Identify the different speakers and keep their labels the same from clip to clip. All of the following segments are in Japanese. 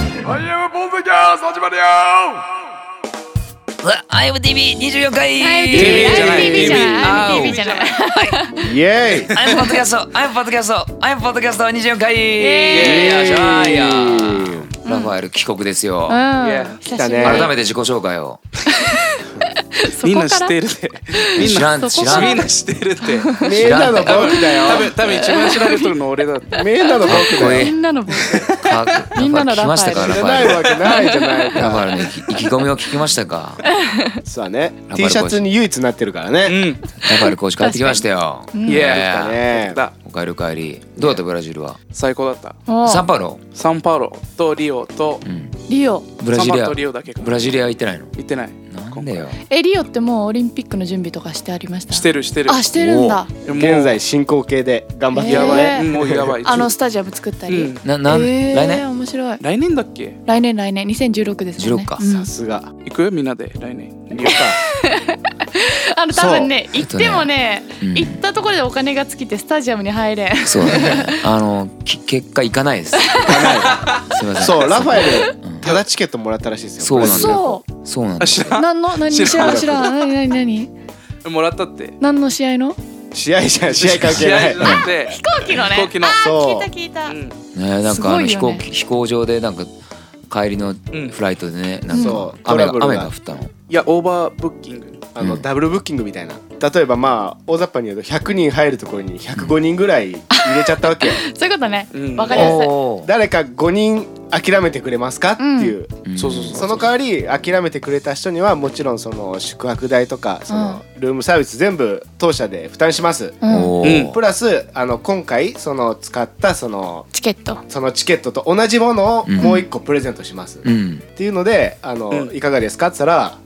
Speaker 1: ムポンセキャース始まるよ
Speaker 2: わ IMTV24 回
Speaker 3: IMTV
Speaker 1: じゃない
Speaker 3: IMTV じゃない
Speaker 2: IMTV
Speaker 3: IMTV じゃない
Speaker 4: イエーイ
Speaker 2: I'm ポッドキャスト I'm ポッドキャスト I'm ポッドキャスト24回
Speaker 3: エ
Speaker 2: よいしょーいや
Speaker 4: ー
Speaker 2: ラファエル帰国ですよ
Speaker 3: うん
Speaker 1: いや
Speaker 3: 久しぶり
Speaker 4: 来た
Speaker 2: 改
Speaker 4: ね
Speaker 2: めて自己紹介を
Speaker 3: そ
Speaker 5: みん
Speaker 3: こ
Speaker 5: な知
Speaker 3: か
Speaker 5: っ
Speaker 3: ら
Speaker 5: てるで。みん
Speaker 2: 知
Speaker 5: な、
Speaker 2: らん
Speaker 3: そ
Speaker 2: 知
Speaker 3: こ
Speaker 2: ら
Speaker 3: から
Speaker 5: みん
Speaker 2: ん
Speaker 5: な 知ってるって。
Speaker 4: みんなの僕だ
Speaker 5: 多分、
Speaker 4: よ
Speaker 5: 多分一番知られとるの俺だって。
Speaker 4: みんなの僕
Speaker 2: こ
Speaker 4: だ
Speaker 2: れ
Speaker 4: よ
Speaker 3: みんなの僕
Speaker 2: か
Speaker 3: みんなの
Speaker 2: 聞きましたか
Speaker 3: ラ
Speaker 2: ラ
Speaker 4: 知
Speaker 2: フ
Speaker 4: ら
Speaker 2: ァ
Speaker 4: な
Speaker 2: エ
Speaker 4: い
Speaker 2: ル
Speaker 4: わけないじゃない
Speaker 2: ラファ
Speaker 4: か
Speaker 2: エルの意気意気込みを聞きましたかラ
Speaker 4: そうだね
Speaker 2: ル
Speaker 4: T シャツに唯一なってるから
Speaker 5: う
Speaker 4: ね
Speaker 5: ん。
Speaker 2: ファエルコーチ帰ってきましたよ
Speaker 5: い
Speaker 2: や
Speaker 4: だね
Speaker 5: だ、
Speaker 2: お帰りお帰りどうだったブラジルは
Speaker 5: 最高だった。
Speaker 3: お
Speaker 2: サンパウロ
Speaker 5: サンパウロとリオと
Speaker 2: う、ん
Speaker 3: リオ
Speaker 2: ブラジ
Speaker 5: サンパ
Speaker 2: リ
Speaker 5: ウロ
Speaker 2: ア
Speaker 5: とリオだけか
Speaker 2: ブラジリア行ってないの
Speaker 5: 行ってない。
Speaker 2: なんでよ
Speaker 3: えリオってもうオリンピックの準備とかしてありました
Speaker 5: してるしてる。
Speaker 3: あしてるんだ
Speaker 5: もう
Speaker 4: 現在進行形で頑張って
Speaker 3: や
Speaker 4: る
Speaker 3: ばい
Speaker 4: ね
Speaker 3: えー
Speaker 5: もうやばい。
Speaker 3: あのスタジアム作った
Speaker 5: う
Speaker 3: り
Speaker 5: ん
Speaker 2: ななん
Speaker 3: えー
Speaker 2: 来年
Speaker 3: 面白い
Speaker 5: 来年だっけ
Speaker 3: 来年来年2016ですもん
Speaker 2: 16
Speaker 3: ね
Speaker 2: か
Speaker 3: うん
Speaker 4: さすが
Speaker 5: 行くみんなで来年。
Speaker 4: リオか
Speaker 3: あの多分ね
Speaker 2: そう
Speaker 3: 行ってもね
Speaker 2: うん
Speaker 3: 行ったところでお金が尽きてスタジアムに入れん
Speaker 2: そうだ ね。あの、き結果いかないです。すみません。
Speaker 4: そうラファエル
Speaker 2: うん
Speaker 4: ただチケットもらったらしいですよ
Speaker 2: そうなんだよ
Speaker 3: そ
Speaker 2: そうなん
Speaker 5: あ、
Speaker 2: だ。
Speaker 5: 知
Speaker 3: う
Speaker 5: ら
Speaker 3: 何の何知
Speaker 5: 知ら
Speaker 3: ら
Speaker 5: ん
Speaker 3: ん知らん何何何
Speaker 5: ん。もらったって。
Speaker 3: 何の試合の
Speaker 4: 試合じゃ試合関係な
Speaker 5: 試合
Speaker 4: い
Speaker 5: じゃなくて。
Speaker 3: 飛行機のね
Speaker 5: 飛行機の
Speaker 3: あ
Speaker 4: そう
Speaker 3: ー聞いた聞い
Speaker 5: うん
Speaker 2: ね、なん
Speaker 3: す
Speaker 2: か
Speaker 3: ご
Speaker 2: あ
Speaker 3: いよ
Speaker 2: の
Speaker 3: ね
Speaker 2: 飛行機飛行場でなんか帰りの
Speaker 5: うん
Speaker 2: フライトでね、なんか
Speaker 4: そう
Speaker 2: 雨
Speaker 4: トラ
Speaker 2: が
Speaker 4: ブルが
Speaker 2: 雨が降ったの。
Speaker 5: いや、オーバーブッキング。
Speaker 4: あの、
Speaker 2: うん
Speaker 4: ダブルブッキングみたいな例えばまあ大雑把に言うと100人入るところに105人ぐらい入れちゃったわけよ、
Speaker 3: たそういうことね
Speaker 5: うん
Speaker 3: わかりやすい
Speaker 2: おー
Speaker 4: 誰か5人諦めてくれますかっていう、
Speaker 2: うん
Speaker 5: そうそうそう
Speaker 4: その代わり諦めてくれた人にはもちろんその宿泊代とかそのルームサービス全部当社で負担します、
Speaker 3: うん
Speaker 2: おー
Speaker 5: うん
Speaker 4: プラスあの今回その使ったその
Speaker 3: チケット
Speaker 4: そのチケットと同じものを
Speaker 2: うん
Speaker 4: もう一個プレゼントします、
Speaker 2: う
Speaker 4: っ
Speaker 2: ん。
Speaker 4: ていうのであの、
Speaker 5: うん
Speaker 4: いかがですかって言ったら「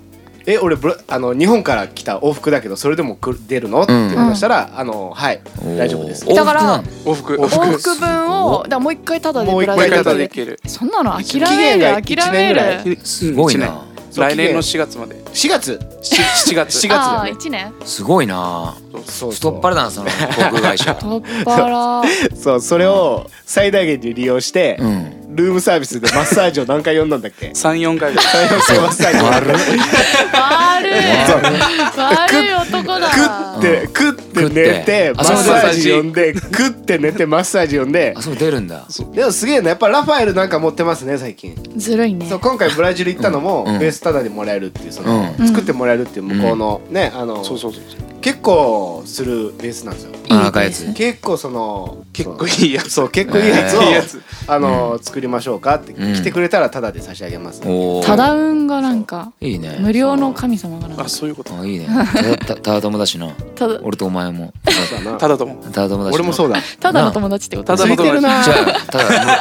Speaker 4: え俺ブラあの日本から来た往復だけどそれでも来る出るの?」って話したら「あのはい
Speaker 2: おー
Speaker 4: 大丈夫です」
Speaker 2: 往復
Speaker 3: だから
Speaker 2: なの
Speaker 5: 往復。
Speaker 4: 往
Speaker 3: 往
Speaker 4: 復
Speaker 3: 復分をだからもう一回タダで
Speaker 4: もう
Speaker 3: ブ
Speaker 4: 一
Speaker 3: ラ
Speaker 4: 回
Speaker 3: ジル
Speaker 5: やり方
Speaker 3: タダ
Speaker 5: で
Speaker 3: で
Speaker 5: いける。
Speaker 3: そんなの
Speaker 4: 期
Speaker 3: 諦め
Speaker 4: 限が
Speaker 3: る諦め
Speaker 4: 一年ぐら
Speaker 3: る
Speaker 2: すごいな。
Speaker 4: そう
Speaker 5: 来年の4月まで。
Speaker 4: 4月
Speaker 5: 7月。
Speaker 4: 4月だ
Speaker 3: ああ
Speaker 4: よね
Speaker 3: 1年
Speaker 2: すごいな。
Speaker 4: そう
Speaker 2: 太っ腹だなその航空会社。
Speaker 3: とっぱら
Speaker 4: そうそれを最大限に利用して、
Speaker 2: うん。
Speaker 4: ルームサービスでマッサージを何回呼んだんだっけ
Speaker 5: 3、4回ぐらい。
Speaker 4: 大変そうマッサージ
Speaker 2: 悪っ
Speaker 3: 悪い
Speaker 4: そう
Speaker 3: 悪い男だ
Speaker 4: 食って食って寝て
Speaker 2: 食って
Speaker 4: マッサージ呼んで食って寝てマッサージ呼んで
Speaker 2: あそう出るんだ。
Speaker 4: でもすげえなやっぱラファエルなんか持ってますね最近
Speaker 3: ずるいね
Speaker 4: そう今回ブラジル行ったのも
Speaker 2: うん
Speaker 4: ベースタダでもらえるっていうその
Speaker 2: うん
Speaker 4: 作ってもらえるっていう向こうのねあの
Speaker 5: そうそうそう。
Speaker 4: 結構するベースなんですよ
Speaker 3: いい
Speaker 2: あ赤いや
Speaker 3: で
Speaker 2: つ。
Speaker 4: 結構その
Speaker 5: 結構いいやつ。
Speaker 4: そう結構いいやつを
Speaker 5: いいやつ
Speaker 4: あの作りましょうかって
Speaker 2: うん
Speaker 4: 来てくれたらタダで差し上げます
Speaker 2: おー
Speaker 3: ただ運がなんか
Speaker 2: いいね。
Speaker 3: 無料の神様がなんか
Speaker 5: あ、そういうこと。
Speaker 2: あいいね。ただ ただ友だしな。
Speaker 3: ただ
Speaker 2: 俺とお前も。
Speaker 4: そうだな
Speaker 5: ただとも。
Speaker 2: ただ友達。
Speaker 4: 俺もそうだ
Speaker 3: ただの友達ってこと
Speaker 5: ただ
Speaker 4: つ
Speaker 5: の
Speaker 4: いてる
Speaker 5: 友
Speaker 4: な
Speaker 2: じゃあただも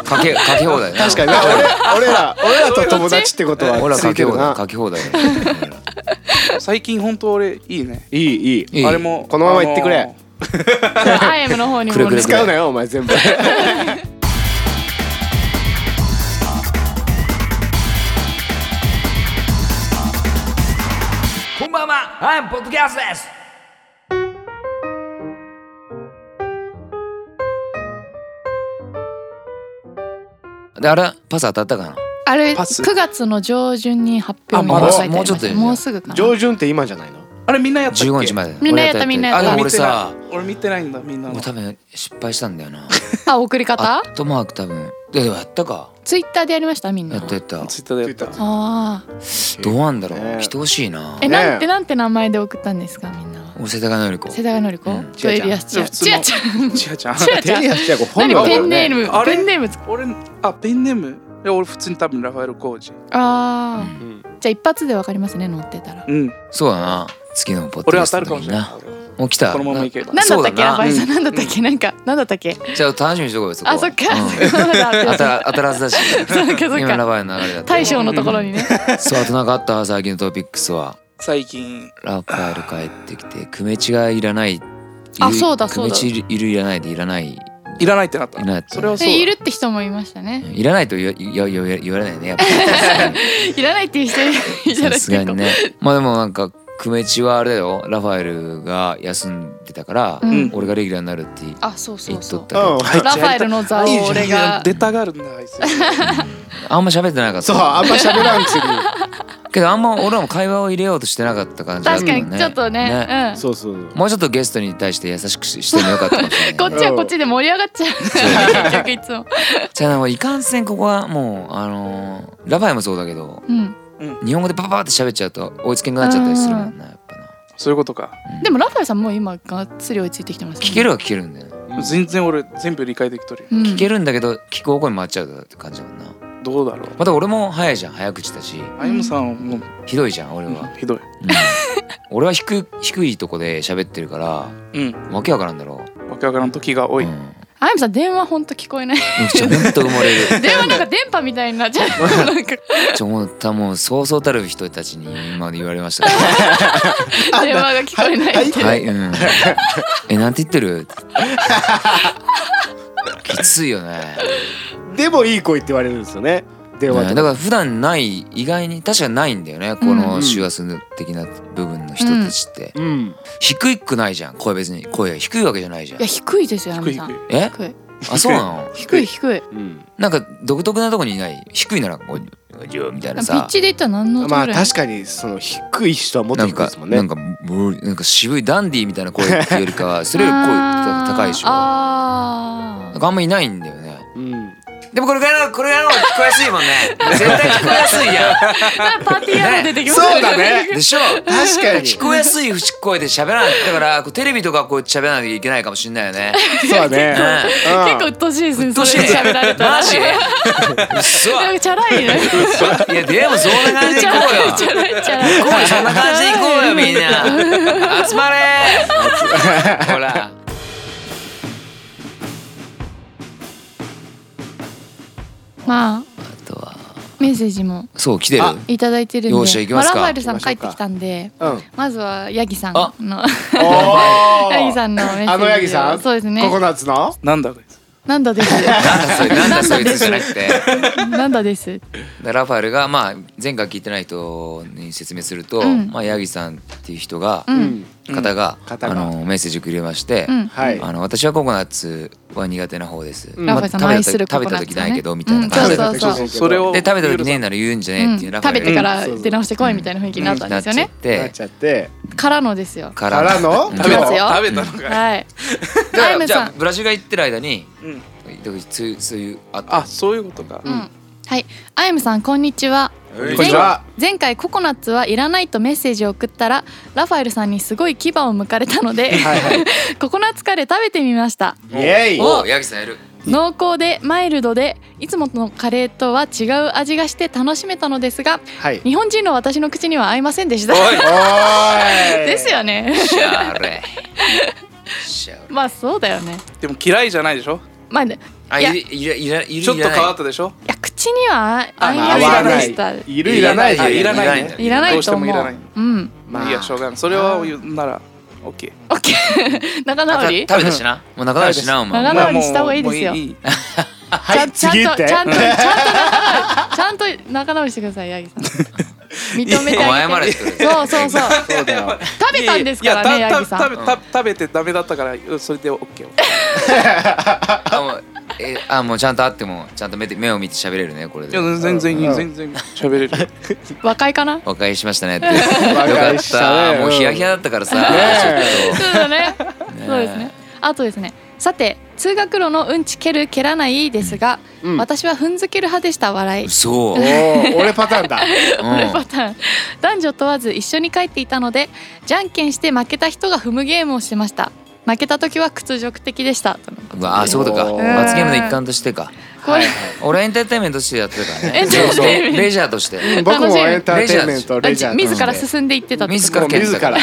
Speaker 2: うかけかけ放題ね。
Speaker 4: 確かにな俺俺ら俺らと友達ってこと
Speaker 2: 俺
Speaker 4: は
Speaker 2: ら
Speaker 4: つ
Speaker 2: か
Speaker 4: い
Speaker 2: け
Speaker 4: て
Speaker 2: 放
Speaker 4: る
Speaker 2: 題
Speaker 4: な
Speaker 2: かけ放題。
Speaker 5: 最近本当俺いいね。
Speaker 4: いいいい
Speaker 2: いい
Speaker 5: あれも
Speaker 4: このまま行ってくれ
Speaker 5: あの
Speaker 3: アイエムの方にも
Speaker 2: く
Speaker 3: ね
Speaker 2: れくれ
Speaker 4: 使うなよお前全部
Speaker 2: こんばんは。はいポッドキャストです。であれパス当たったかな。
Speaker 3: あれ
Speaker 5: パス
Speaker 3: 9月の上旬に発表
Speaker 5: あまだ
Speaker 3: 書いてあり
Speaker 2: もうちょ
Speaker 3: ま
Speaker 2: っと
Speaker 3: す
Speaker 2: や
Speaker 3: もうすぐかな
Speaker 4: 上旬って今じゃないの
Speaker 5: あれみんなやったっけ。
Speaker 2: 十五日まで。
Speaker 3: みんなやった
Speaker 2: 俺
Speaker 3: みんなやった
Speaker 2: あ
Speaker 5: 俺
Speaker 2: でも俺さ
Speaker 5: さ、、俺見てないんだみんなの
Speaker 2: もう。多分失敗したんだよな。
Speaker 3: あ送り
Speaker 2: ア
Speaker 3: 方
Speaker 2: ットマーク多分。ででもやったか。
Speaker 3: ツイッターでやりましたみん
Speaker 2: や
Speaker 3: な
Speaker 2: ったやった。
Speaker 5: ツイッターでやった。
Speaker 3: ああ
Speaker 2: どうなんだろ
Speaker 4: ね
Speaker 2: う。人欲しいな
Speaker 3: え。
Speaker 4: ね
Speaker 3: なんてなんて名前で送ったんですかみんな
Speaker 2: 俺世田谷のり子。
Speaker 3: 世田谷のりこ
Speaker 2: うん
Speaker 3: とエリアスちゃん
Speaker 5: ち
Speaker 3: ち
Speaker 5: や
Speaker 3: や
Speaker 5: ち
Speaker 3: ち
Speaker 5: ゃ
Speaker 3: ゃ
Speaker 5: ん
Speaker 3: ん
Speaker 5: ちやちゃん。
Speaker 3: ちやち
Speaker 4: 手
Speaker 3: ゃん
Speaker 4: に足じゃこ本
Speaker 3: 何
Speaker 4: 名だ
Speaker 3: ペ
Speaker 4: よ
Speaker 3: ンネ
Speaker 4: ね
Speaker 3: ーム
Speaker 5: あれ
Speaker 3: ペンネームつ
Speaker 5: 俺あペンネーム。いや俺普通に多分ラファエルコージ。
Speaker 2: う
Speaker 3: ああ
Speaker 2: ん
Speaker 4: うん
Speaker 3: じゃあ一発でわかりますね乗ってたら
Speaker 5: うん。
Speaker 2: そうだな。次のポッドキ
Speaker 5: 俺
Speaker 2: ャ
Speaker 5: 当
Speaker 2: スト
Speaker 5: た
Speaker 2: の
Speaker 5: るかもし
Speaker 2: 時に
Speaker 5: れない
Speaker 2: な。。起きた。
Speaker 5: このままいけば。
Speaker 3: 何だったっけ
Speaker 2: そうだな
Speaker 3: ラバイさん何だったっけなんか何だったっけ
Speaker 2: じゃあ楽しみにしとこうよそこは
Speaker 3: あそっか
Speaker 2: うん
Speaker 3: そこまで合
Speaker 2: 当
Speaker 3: ってる
Speaker 2: た当 たらずだし
Speaker 3: そっかそっ
Speaker 2: 今ラ
Speaker 3: か
Speaker 2: バイの流れだった
Speaker 3: 大将のところにね
Speaker 2: そうあとなんかあった最近のトピックスは
Speaker 5: 最近
Speaker 2: ラファエル帰ってきてクメチがいらないいる
Speaker 3: あそうだそうだ
Speaker 2: クメチいるいらないでいらないい
Speaker 5: いらないってなった
Speaker 2: ら。ないって
Speaker 5: それはそうだ。
Speaker 3: でいるって人もいましたね
Speaker 2: いらないと言わ言わ言わ言われないねやっぱ
Speaker 3: いらないっていう人い
Speaker 2: り
Speaker 3: る
Speaker 2: さすがにねまあでもなんか久米地はあれだよラファエルが休んでたから、
Speaker 3: うん
Speaker 2: 俺がレギュラーになるって
Speaker 3: あそうそ
Speaker 2: 言
Speaker 3: う
Speaker 2: っと
Speaker 3: そ
Speaker 2: っ
Speaker 3: う
Speaker 2: たけど、
Speaker 4: うん
Speaker 3: ラファエルの座を俺が
Speaker 5: 出たがるんだあいつ
Speaker 2: あんま喋ってなかった
Speaker 4: そうあんま喋らんくせに
Speaker 2: けどあんま俺らも会話を入れようとしてなかった感じだった
Speaker 3: 確
Speaker 2: もん
Speaker 3: か
Speaker 2: ね
Speaker 3: にちょっとねうん
Speaker 4: そうそう
Speaker 2: もうちょっとゲストに対して優しくししてもよかったかもしれない
Speaker 3: こっちはこっちで盛り上がっちゃう結局いつも
Speaker 2: じゃあでもいかんせんここはもうあのーラファエルもそうだけど
Speaker 3: うん
Speaker 2: 日本語でパパパって喋っちゃうと追いつけんくなっちゃったりするもんなやっぱな、
Speaker 5: そういうことか
Speaker 2: うん
Speaker 3: でもラファエルさんもう今がっつり追いついてきてますよね
Speaker 2: 聞けるは聞けるんだよね、
Speaker 5: 全然俺全部理解できとるよ
Speaker 3: うん
Speaker 2: 聞けるんだけど聞く方向に回っちゃうって感じだもんな
Speaker 5: どうだろう
Speaker 2: また俺も早いじゃん早口だし
Speaker 5: あゆむさんはもう
Speaker 2: ひどいじゃん俺
Speaker 5: う
Speaker 2: は、
Speaker 5: んひどい
Speaker 2: うん俺は低い低いとこで喋ってるから
Speaker 5: うん
Speaker 2: わけわからんだろう
Speaker 5: わけわからん時が多い
Speaker 2: うん、うん
Speaker 3: あやみさん電話ほんと聞こえない
Speaker 2: ちょほんと埋もれる
Speaker 3: 電話なんか電波みたいになっちゃう なんか
Speaker 2: ちょもうたもうそうそうたる人たちに今まで言われましたけ
Speaker 3: 電話が聞こえないって
Speaker 2: どはいうんえなんて言ってるきついよね、
Speaker 4: でもいい声って言われるんですよね電話
Speaker 2: ね
Speaker 4: と
Speaker 2: だ
Speaker 4: か
Speaker 2: から普段ない意外に確かにないんだよねこの周波数的な部分の人たちって、
Speaker 4: うん
Speaker 2: 低くないじゃん声別に声が低いわけじゃないじゃん
Speaker 3: いや低いですよあや
Speaker 5: 低い
Speaker 3: み
Speaker 5: 低い
Speaker 3: さん
Speaker 2: え
Speaker 3: 低い
Speaker 2: あそうなの
Speaker 3: 低い低い
Speaker 4: うん
Speaker 2: なんか独特なとこにいない低いならこうジューみたい
Speaker 3: ピ
Speaker 2: な
Speaker 3: ッ
Speaker 2: さ
Speaker 3: チで言ったら何の音ぐ
Speaker 4: ま
Speaker 3: ら
Speaker 4: あ
Speaker 3: い
Speaker 4: 確かにその低い人はもっと
Speaker 2: なん
Speaker 4: 低いで
Speaker 2: か
Speaker 4: すもんね
Speaker 2: なんかブーなんか渋いダンディーみたいな声っていうよりかはそれより声
Speaker 3: あー
Speaker 2: 高いでしょな
Speaker 3: あ
Speaker 2: んかあんまいないんだよね
Speaker 4: うん
Speaker 2: でもこれぐらいのこれぐらいの方が聞こえやすいもん ね絶対聞こえやすいや
Speaker 3: ーパーティーヤード出てきました
Speaker 4: そう だね
Speaker 2: んでしょ
Speaker 4: 確か に
Speaker 2: 聞こえやすい声で喋らないだからこうテレビとかこう喋らなきゃいけないかもしれないよね
Speaker 4: そうだね
Speaker 2: ね
Speaker 3: 結構うっとうしいですねそれで喋られたら
Speaker 2: マジ
Speaker 3: なん
Speaker 2: う
Speaker 3: かチャラいね
Speaker 2: そいやでもそんな感じで
Speaker 3: チ
Speaker 2: い
Speaker 3: ャ
Speaker 2: こ
Speaker 3: ラ
Speaker 2: うよ
Speaker 3: いチャラいチャラい
Speaker 2: 行こうよそんな感じで行こうよみんな集まれ ほら
Speaker 3: まあ
Speaker 2: あとは
Speaker 3: メッセージも
Speaker 2: そう来てる
Speaker 4: あ
Speaker 3: いただいてるんで
Speaker 2: よっしゃ行きますか
Speaker 3: あラファエルさん帰ってきたんで
Speaker 4: うん
Speaker 3: まずはヤギさん
Speaker 2: あ
Speaker 3: の
Speaker 4: おー
Speaker 3: ヤギさんのメッセージを
Speaker 4: あのヤギさん
Speaker 3: そうですね
Speaker 4: ココナッツの
Speaker 5: なんだこいつ
Speaker 3: なんだです
Speaker 2: なんだそれなんだそいつじゃな
Speaker 3: なんだ
Speaker 2: く
Speaker 3: で
Speaker 2: て
Speaker 3: すなんだです
Speaker 2: でラファエルがまあ前回聞いてない人に説明すると、
Speaker 3: うん
Speaker 2: まあヤギさんっていう人が、
Speaker 3: う
Speaker 4: うん
Speaker 2: 方が,、
Speaker 4: 方
Speaker 2: あ
Speaker 4: が
Speaker 2: のメッセージをくれまして、
Speaker 3: うん
Speaker 4: はい
Speaker 2: あの私はココナッツは苦手な方です。
Speaker 4: うん
Speaker 2: まあ
Speaker 3: ラファエル
Speaker 2: 食べた
Speaker 3: さんの愛するコ
Speaker 2: 食べ
Speaker 3: コ
Speaker 2: た
Speaker 3: ナッツ
Speaker 2: 時ないけどみたいな
Speaker 3: そ
Speaker 2: 感
Speaker 3: う
Speaker 2: じで、
Speaker 3: そうそう
Speaker 4: そう
Speaker 5: それを
Speaker 2: で食べた時ねえなら言うんじゃねえっていう、
Speaker 3: うん
Speaker 2: ラファ
Speaker 3: 食
Speaker 2: エ
Speaker 3: べ
Speaker 2: ル
Speaker 3: て
Speaker 2: が
Speaker 3: から出直してこいみたいな雰囲気になったん
Speaker 2: な
Speaker 3: で
Speaker 2: っ
Speaker 3: す
Speaker 2: ちゃ
Speaker 3: よ
Speaker 2: っ、
Speaker 3: ね
Speaker 4: なってちゃって
Speaker 3: からのですよ
Speaker 2: か
Speaker 4: からの
Speaker 2: うん
Speaker 5: 食べ
Speaker 3: いきますよ
Speaker 5: た食べたのかい
Speaker 3: はい
Speaker 2: じゃ
Speaker 3: タイ
Speaker 2: あ
Speaker 3: ム
Speaker 2: じゃ
Speaker 3: さ
Speaker 2: あ
Speaker 3: ん
Speaker 2: ブラジルが行ってる間に
Speaker 5: うん
Speaker 2: そうそういうあった
Speaker 5: あそういうことか
Speaker 3: うんはいあやむさんこんにちは
Speaker 4: こん
Speaker 2: うん
Speaker 4: にちは
Speaker 3: 前回ココナッツはいらないとメッセージを送ったらラファエルさんにすごい牙を向かれたので
Speaker 4: はいはい
Speaker 3: ココナッツカレー食べてみました
Speaker 4: イエイ
Speaker 2: おヤギさんやる
Speaker 3: 濃厚でマイルドでいつものカレーとは違う味がして楽しめたのですが
Speaker 4: はい
Speaker 3: 日本人の私の口には合いませんでした
Speaker 2: おい
Speaker 4: おー い
Speaker 3: ですよね
Speaker 2: しゃれしゃれ
Speaker 3: まあそうだよね
Speaker 5: でも嫌いじゃないでしょ
Speaker 3: まあね
Speaker 2: あ
Speaker 3: いや
Speaker 2: いるいらいらいる
Speaker 5: ちょっと変わったたでしょ
Speaker 3: いや口には
Speaker 5: あ
Speaker 3: 合い
Speaker 4: 合
Speaker 3: ませ
Speaker 4: わ
Speaker 3: ん
Speaker 4: な
Speaker 3: で
Speaker 4: い
Speaker 3: した
Speaker 4: いるいらない
Speaker 5: あいら
Speaker 4: い
Speaker 5: ないね
Speaker 3: いらないと
Speaker 5: どうしても
Speaker 3: 思
Speaker 5: いらな
Speaker 3: う
Speaker 5: い
Speaker 3: うん
Speaker 5: いやしょうがないそれは言うなら OK
Speaker 3: オッケー仲直り
Speaker 2: 食べたしなもう仲直りしなお前
Speaker 3: 仲
Speaker 5: まあも
Speaker 3: 直り
Speaker 5: う
Speaker 3: した方がいいですよ
Speaker 5: もういい
Speaker 3: ちゃ
Speaker 4: はい
Speaker 3: んちゃんと
Speaker 4: 次行って
Speaker 3: ちゃんとちゃんと仲直りちゃんと仲直りしてくださいヤギさん認めて
Speaker 2: 謝
Speaker 3: あげ
Speaker 2: れっててこと
Speaker 3: そうそ うそう
Speaker 4: そうだよ
Speaker 3: 食べたんですから
Speaker 5: い
Speaker 3: ね
Speaker 5: や
Speaker 3: ヤギさ
Speaker 5: 食
Speaker 3: ん
Speaker 5: べ食べ食べてダメだったからそれで OK
Speaker 2: あもうえあもうちゃんと会ってもちゃんと目で目を見て喋れるねこれ
Speaker 5: い
Speaker 2: で
Speaker 5: や全然い
Speaker 4: うん
Speaker 5: い全然喋れる
Speaker 3: 和解かな
Speaker 2: 和解しましたね ってよか
Speaker 4: 解
Speaker 2: っ
Speaker 4: した
Speaker 2: た
Speaker 4: ね
Speaker 2: もうヒヤヒヤだったからさ
Speaker 4: ね
Speaker 2: ちょっ
Speaker 3: そうだね
Speaker 2: とね
Speaker 3: そうですねあとですねさて通学路のうんち蹴る蹴らないですが、
Speaker 4: うん
Speaker 3: 私は踏んづける派でした笑い
Speaker 2: 嘘
Speaker 4: おー俺パターンだ
Speaker 2: うん
Speaker 3: これパターン男女問わず一緒に帰っていたのでじゃんけんして負けた人が踏むゲームをしてました負けた時は屈辱的でしたとのこと
Speaker 2: うわあそういうことか
Speaker 4: お
Speaker 3: ー
Speaker 2: 罰ゲームの一環としてか
Speaker 3: これ
Speaker 2: 俺はエンターテインメントとしてやってるからね
Speaker 3: エンターテインメント
Speaker 2: レレジャーとして
Speaker 4: 僕もエンターテインメントレ
Speaker 3: あ
Speaker 4: ジ
Speaker 3: じ
Speaker 4: ャー
Speaker 3: 自ら進んでいってたってこと
Speaker 2: 自ら
Speaker 4: もう自ら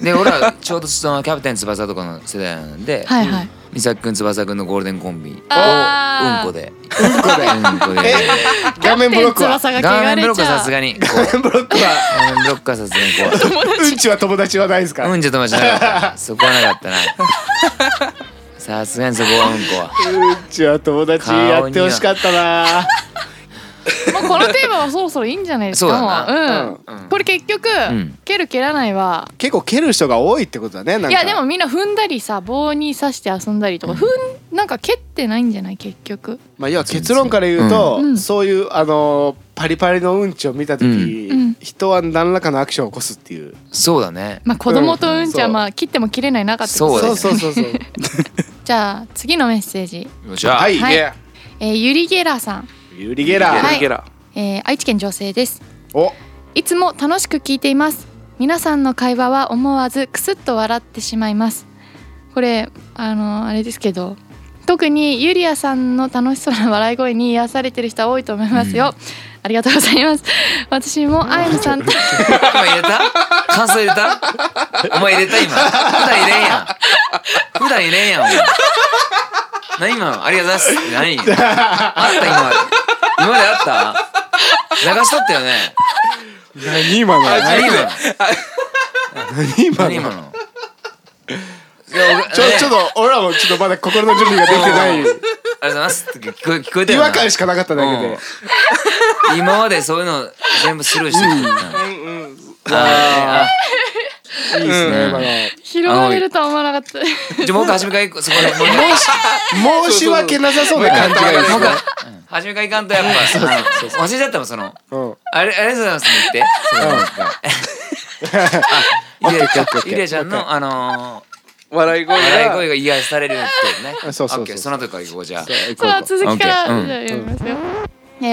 Speaker 2: で俺らちょうどそのキャプテン翼とかの世代なんで
Speaker 3: はいはい、
Speaker 2: 美咲くん翼くんのゴールデンコンビをうん
Speaker 3: あー
Speaker 2: こで
Speaker 4: うん こで
Speaker 2: うんこで
Speaker 4: え画面ブロックは
Speaker 3: 翼 が
Speaker 2: 顔
Speaker 3: 汚
Speaker 2: 面ブロッ
Speaker 3: れち
Speaker 2: クは
Speaker 3: ゃ
Speaker 2: さす
Speaker 3: う
Speaker 2: がにこ
Speaker 4: 画面ブロックは
Speaker 2: う顔面ブロックはさすがにこ
Speaker 4: うんちは友達はないですか
Speaker 2: ううんじゃ友達なかったそこはなか ったなさすがにそこはうんこは
Speaker 4: うんちは友達やってほしかったな
Speaker 3: まあこのテーマはそろそろいいんじゃないですか
Speaker 2: そうだ
Speaker 3: もう、
Speaker 2: う
Speaker 3: うん
Speaker 2: ん
Speaker 3: これ結局、
Speaker 2: うん
Speaker 3: 蹴る蹴らないは
Speaker 4: 結構蹴る人が多いってことだねなんか
Speaker 3: いやでもみんな踏んだりさ棒に刺して遊んだりとか、
Speaker 2: うん
Speaker 3: 踏んなんか蹴ってないんじゃない結局
Speaker 4: まあ、要は結論から言うと、
Speaker 3: うん
Speaker 4: そういうあのーパリパリのうんちを見た時、
Speaker 2: うん
Speaker 3: うん
Speaker 4: 人は何らかのアクションを起こすっていう、
Speaker 2: そうだね
Speaker 3: まあ子供とうんちは
Speaker 4: そう
Speaker 3: まあ切っても切れない中って
Speaker 2: そう
Speaker 3: こと
Speaker 2: です
Speaker 4: そう
Speaker 2: ね
Speaker 4: そうそうそう
Speaker 3: じゃあ次のメッセージ、
Speaker 2: よっしゃ
Speaker 4: はい、
Speaker 3: はい
Speaker 4: いや
Speaker 3: えー、ゆりゲラさん、
Speaker 4: ユリゲラ、
Speaker 3: はい
Speaker 5: ゲラ
Speaker 3: えー愛知県女性です
Speaker 4: お
Speaker 3: いつも楽しく聞いています皆さんの会話は思わずクスッと笑ってしまいますこれあのあれですけど特にゆりやさんの楽しそうな笑い声に癒されてる人は多いと思いますよ、ありがとうございます私もあやの さんと
Speaker 2: 今入れた感想入れたお前入れた今普段入れんやん普段入れんやんお前何今のありがとうございます何あった今今まであった流しとったよね
Speaker 4: 何今の
Speaker 2: 何今の
Speaker 4: 何今の
Speaker 2: 何今のいや俺
Speaker 4: ちょちょっ
Speaker 2: ね
Speaker 4: と俺らもちょっとまだ心の準備ができてない
Speaker 2: ありがとうございますって聞こえ聞こえた
Speaker 4: 違
Speaker 2: よな
Speaker 4: 和感しかなかっただけで、
Speaker 2: うん今までそういうの全部スルーしてきたなあ
Speaker 4: あーいいですね、
Speaker 2: うん
Speaker 4: 今
Speaker 3: 拾
Speaker 4: の
Speaker 3: われるとは思わなかった
Speaker 2: ーじゃあもう一回初めから行こうそこでもう一回
Speaker 4: 申し訳なさそうな感じがいいです
Speaker 2: もう一
Speaker 4: ね
Speaker 2: 回初めから行かんとやっぱあの忘れちゃったもんその
Speaker 4: うん
Speaker 2: あれ、ありがとうございますって言って。あ、ゆりゆりちゃんの、あの
Speaker 5: 笑い
Speaker 2: ー、
Speaker 5: 声が
Speaker 2: 笑い声が癒やされるってね。
Speaker 4: そうそうそう
Speaker 2: オッケーのとこ行こうじゃあ。
Speaker 4: そう行
Speaker 3: そ
Speaker 4: こう
Speaker 3: の続きから
Speaker 2: OK
Speaker 3: じ
Speaker 2: うん
Speaker 3: ゃあ読みますよ、えー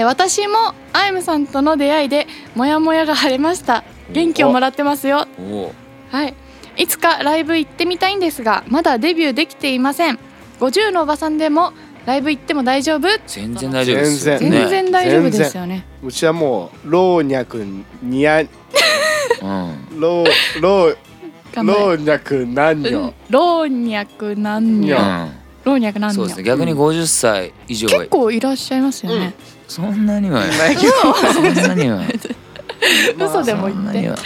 Speaker 3: 私もあやむさんとの出会いでモヤモヤが晴れました元気をもらってますよ
Speaker 2: おおう。
Speaker 3: はい、いつかライブ行ってみたいんですがまだデビューできていません50のおばさんでもライブ行っても大丈夫
Speaker 2: 全然大丈夫ですよ。
Speaker 3: 全
Speaker 4: 全然
Speaker 2: ね。
Speaker 3: 然大丈夫ですよね
Speaker 4: うちはもう老若にや
Speaker 2: うん。
Speaker 4: 老老
Speaker 3: 頑張れ
Speaker 4: 老若男
Speaker 3: うん
Speaker 4: 女
Speaker 3: 老若男
Speaker 4: い
Speaker 3: 女
Speaker 4: や
Speaker 3: 老若
Speaker 2: う
Speaker 3: 男
Speaker 2: ん。そう
Speaker 3: 女
Speaker 2: ですね。逆に50歳以上は
Speaker 3: 結。構いらっしゃいますよね、
Speaker 2: そんなには。
Speaker 5: ないけど
Speaker 2: そんな には。
Speaker 3: 嘘でも
Speaker 2: そん
Speaker 3: 言っ
Speaker 2: な
Speaker 3: て
Speaker 2: には。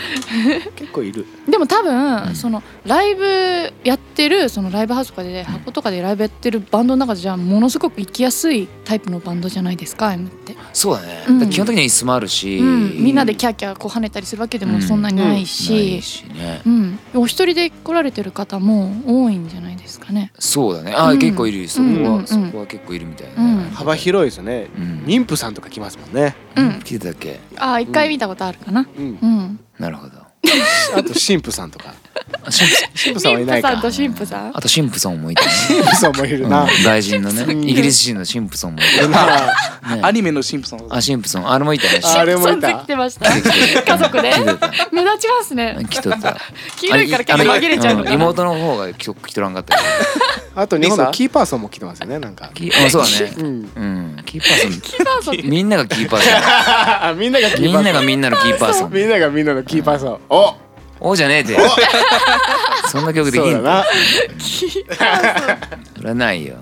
Speaker 4: 結構いる
Speaker 3: でも多
Speaker 2: う
Speaker 3: 分
Speaker 2: ん
Speaker 3: そのライブやってるそのライブハウスとかで箱とかでライブやってるバンドの中じゃものすごく行きやすいタイプのバンドじゃないですか M って、
Speaker 2: そうだね。だ
Speaker 3: うん
Speaker 2: から基本的には椅子もあるし。
Speaker 3: うん、みんなでキャーキャーこう跳ねたりするわけでもそんなにないし、
Speaker 2: ないしね。
Speaker 3: うん、お一人で来られてる方も多いんじゃないですかね。
Speaker 2: そうだね。あ
Speaker 3: う
Speaker 2: ー、
Speaker 3: ん
Speaker 2: 結構いる。そこ
Speaker 3: うんうん
Speaker 2: は、そこは結構いるみたい
Speaker 3: うん
Speaker 2: な。
Speaker 4: 幅広いですね
Speaker 2: うん。
Speaker 4: 妊婦さんとか来ますもんね
Speaker 3: うん、
Speaker 2: 聞いてたっけ。
Speaker 3: あー、一回見たことあるかな。
Speaker 4: うん
Speaker 3: うん。
Speaker 2: なるほど。
Speaker 4: あと神父さんとか
Speaker 2: あシンプソン
Speaker 4: 神父さんはい
Speaker 3: 神
Speaker 4: な
Speaker 3: 父さん
Speaker 4: いか
Speaker 3: と神父さん。
Speaker 2: あとシンプソンもいてね。
Speaker 4: 神父さんもいる な
Speaker 2: うん外人のね
Speaker 4: ンプソン
Speaker 2: イギリス人のシンプソンもいてね
Speaker 4: な
Speaker 5: アニメのシンプソン
Speaker 2: あシンプソンあれもいたね
Speaker 4: あれもい
Speaker 3: 神父さん
Speaker 4: た
Speaker 3: 来てました。 家族で
Speaker 2: 来。てた
Speaker 3: 目立ちますね。
Speaker 2: 来て た
Speaker 3: 黄色いから結構紛れちゃうの
Speaker 2: あれん
Speaker 3: かな。
Speaker 2: 妹の方がきょ来とらんかったけ
Speaker 4: あと日本
Speaker 5: リサ
Speaker 4: のキーパーソンも来てますよねなんか
Speaker 2: どきあそうだ
Speaker 4: う
Speaker 2: ね
Speaker 4: ん
Speaker 2: うんキーパー
Speaker 3: 母さん
Speaker 2: ソンみんながキーパーソ
Speaker 4: みんなが
Speaker 2: ン
Speaker 4: キ
Speaker 2: み
Speaker 4: ー
Speaker 2: ん
Speaker 4: パ
Speaker 2: な
Speaker 4: ー
Speaker 2: が
Speaker 4: ソン
Speaker 2: みんなのキーパーソ
Speaker 4: み
Speaker 2: ン
Speaker 4: んながみんなのキーパーソンお
Speaker 2: おじゃねえてそんな曲でき
Speaker 4: そう
Speaker 2: の
Speaker 4: んだな
Speaker 2: それはないよ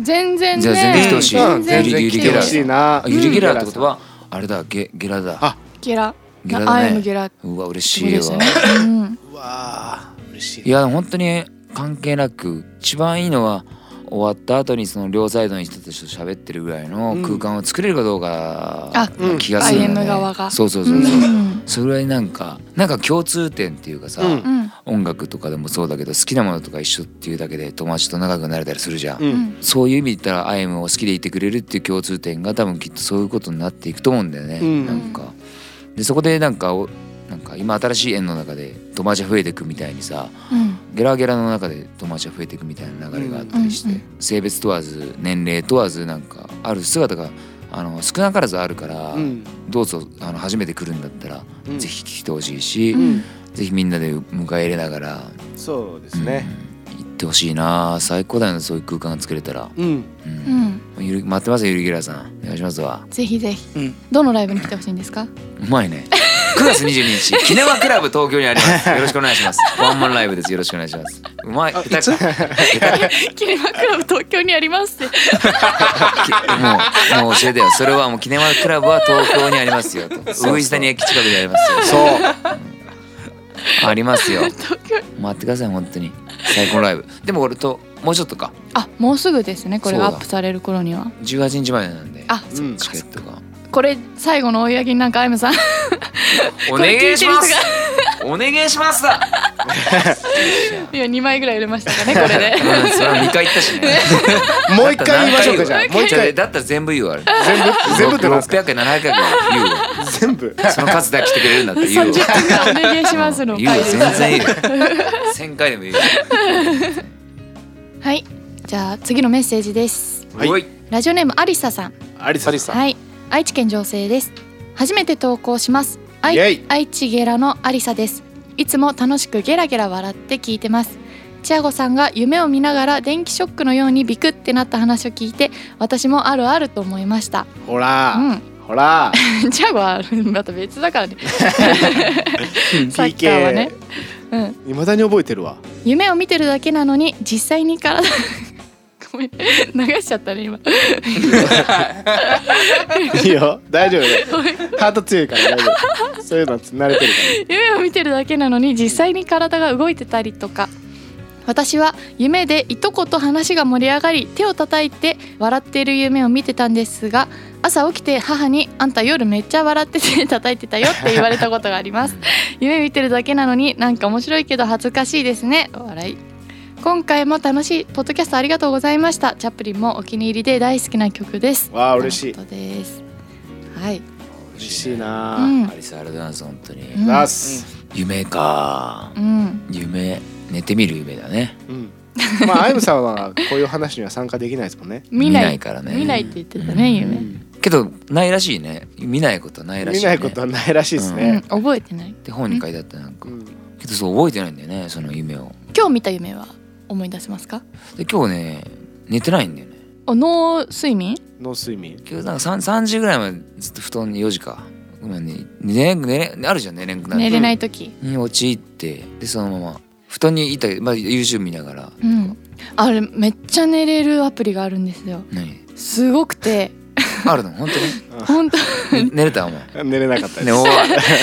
Speaker 3: 全然
Speaker 2: じゃあ全然来てほしい
Speaker 4: うん全
Speaker 2: ゆ
Speaker 4: 然
Speaker 2: りゆ
Speaker 4: 来
Speaker 2: り
Speaker 4: て
Speaker 2: ゲ
Speaker 4: ほ
Speaker 2: ラ
Speaker 4: しいな
Speaker 2: あゆりゲラってことはあれだゲゲラだ
Speaker 4: あ
Speaker 3: ゲラ。
Speaker 2: ゲラ
Speaker 3: ア
Speaker 2: だ
Speaker 3: イム
Speaker 2: ね
Speaker 3: ゲラ。
Speaker 2: うわ嬉
Speaker 3: す
Speaker 2: し
Speaker 3: ごい
Speaker 2: い
Speaker 3: です
Speaker 2: わ
Speaker 3: よね。うん
Speaker 4: うわー嬉しい
Speaker 2: いや本当に関係なく一番いいのは終わった後にその両サイドに人たちと喋ってるぐらいの空間を作れるかどうか
Speaker 3: あ
Speaker 2: な気がするよね、
Speaker 3: うん IM 側が
Speaker 2: そうそう
Speaker 3: う
Speaker 2: そうそう、
Speaker 3: ん。
Speaker 2: それぐらいなんかなんか共通点っていうかさ、
Speaker 4: うん
Speaker 3: うん。
Speaker 2: 音楽とかでもそうだけど好きなものとか一緒っていうだけで友達と仲良くなれたりするじゃん、
Speaker 4: う
Speaker 3: うんん。
Speaker 2: そういう意味で言ったらアイムを好きでいてくれるっていう共通点が多分きっとそういうことになっていくと思うんだよね、
Speaker 4: うん
Speaker 2: なんかでそこでなんかおなんか今新しい縁の中で友達が増えていくみたいにさ、
Speaker 3: うん。
Speaker 2: ゲラゲラの中で友達が増えていくみたいな流れがあったりして、
Speaker 3: うんうん
Speaker 2: 性別問わず年齢問わずなんかある姿があの少なからずあるから、
Speaker 4: うん
Speaker 2: どうぞあの初めて来るんだったら、
Speaker 4: うん
Speaker 2: ぜひ来てほしいし、
Speaker 3: うん
Speaker 2: ぜひみんなで迎え入れながら、
Speaker 4: そうですね
Speaker 2: うん行ってほしいな最高だよねそういう空間が作れたら、
Speaker 4: うん
Speaker 2: う
Speaker 3: うんん。
Speaker 2: ゆる待ってますよゆりゲラさんお願いしますわ
Speaker 3: ぜひぜひ。
Speaker 5: うん
Speaker 3: どのライブに来てほしいんですか。
Speaker 2: うまいね 9月22日キネマクラブ東京にありますよろしくお願いしますワンマンライブですよろしくお願いしますうまい
Speaker 5: あい
Speaker 2: 下手
Speaker 5: つ
Speaker 2: か
Speaker 3: キネマクラブ東京にありますって。
Speaker 2: もうもう教えてよそれはもうキネマクラブは東京にありますよと
Speaker 4: そう
Speaker 2: ウイスタニ駅近くにありますよ
Speaker 4: そう
Speaker 2: ありますよ
Speaker 3: 東京。
Speaker 2: 待ってください本当に最高のライブでも俺ともうちょっとか
Speaker 3: あもうすぐですねこれ
Speaker 2: そうだ
Speaker 3: アップされる頃には
Speaker 2: 18日までなんで
Speaker 3: あ
Speaker 4: うん
Speaker 2: チケットが
Speaker 3: これ最後の追い上げになんかあゆむさん
Speaker 2: お願いしま
Speaker 3: これ聞いてる
Speaker 2: すお願いしますだ
Speaker 3: 今2枚ぐらい売れましたかねこれ で
Speaker 2: うんそれは2回言ったしね
Speaker 4: もう一回言いましょうかじゃあもう一
Speaker 2: ちょ
Speaker 4: 回
Speaker 2: だったら全部言うわあれ
Speaker 4: 全部全部ってなんです
Speaker 2: 600
Speaker 4: か
Speaker 2: 円700円言うわ
Speaker 4: 全部
Speaker 2: その数だけ来てくれるんだって言うわ
Speaker 3: 30分ぐらいお願いしますの
Speaker 2: 言うわ
Speaker 3: 回です
Speaker 2: 全然いいよ1000回で もいいよ
Speaker 3: はいじゃあ次のメッセージです
Speaker 4: はい
Speaker 2: おい
Speaker 3: ラジオネームありささん
Speaker 4: アリ
Speaker 5: ア
Speaker 4: サ
Speaker 5: リさん
Speaker 3: はい愛知県情勢です初めて投稿します愛
Speaker 4: イエイ
Speaker 3: 愛知ゲラのありさですいつも楽しくゲラゲラ笑って聞いてますチアゴさんが夢を見ながら電気ショックのようにビクってなった話を聞いて私もあるあると思いました
Speaker 4: ほ
Speaker 3: う
Speaker 4: ら
Speaker 3: ん
Speaker 4: ほら
Speaker 3: チアゴはまた別だからね サッカーはね
Speaker 4: PK
Speaker 3: うん
Speaker 4: いまだに覚えてるわ
Speaker 3: 夢を見てるだけなのに実際に体 ごめん流しちゃったね今
Speaker 4: いいよ大丈夫だよハート強いから大丈夫そういうの慣れてるか
Speaker 3: 夢を見てるだけなのに実際に体が動いてたりとか私は夢でいとこと話が盛り上がり手を叩いて笑っている夢を見てたんですが朝起きて母に「あんた夜めっちゃ笑って手叩いてたよ」って言われたことがあり ます夢見てるだけなのになんか面白いけど恥ずかしいですね笑い今回も楽しいポッドキャストありがとうございましたチャップリンもお気に入りで大好きな曲です
Speaker 4: らわあ嬉しい
Speaker 3: とのことですはい
Speaker 4: 嬉しい
Speaker 3: うん
Speaker 4: な
Speaker 2: アリスあれだな本当に
Speaker 3: うん
Speaker 4: ラス
Speaker 2: 夢か
Speaker 3: うん
Speaker 2: 夢寝てみる夢だね
Speaker 4: うんまあアイムさんはこういう話には参加できないですもんね
Speaker 3: 見ない
Speaker 2: からね
Speaker 3: 見ないって言ってたね夢、
Speaker 2: けどないらしいね見ないことないらしい、
Speaker 4: 見
Speaker 2: ね、
Speaker 4: ないことはないらしいです
Speaker 3: うん、
Speaker 4: ね
Speaker 3: 覚えてない
Speaker 2: って本に書いてあったなんか
Speaker 4: うん
Speaker 2: けどそう覚えてないんだよねその夢を
Speaker 3: 今日見た夢は思い出せますか
Speaker 2: で今日ね寝てないんだよね
Speaker 3: お脳睡眠
Speaker 4: ノー睡眠
Speaker 2: 今日なんか 3, 3時ぐらいまでずっと布団に4時かごめんね寝れん寝れんあるじゃん寝れんくな
Speaker 3: 寝
Speaker 2: る
Speaker 3: れない時
Speaker 2: に陥ってでそのまま布団にいた、まあ、YouTube 見ながら
Speaker 3: うんあれめっちゃ寝れるアプリがあるんですよ
Speaker 2: 何
Speaker 3: すごくて
Speaker 2: あるの本当
Speaker 3: 本当
Speaker 2: に寝れたお前
Speaker 4: 寝れなかった
Speaker 2: ね
Speaker 4: で
Speaker 2: お
Speaker 4: す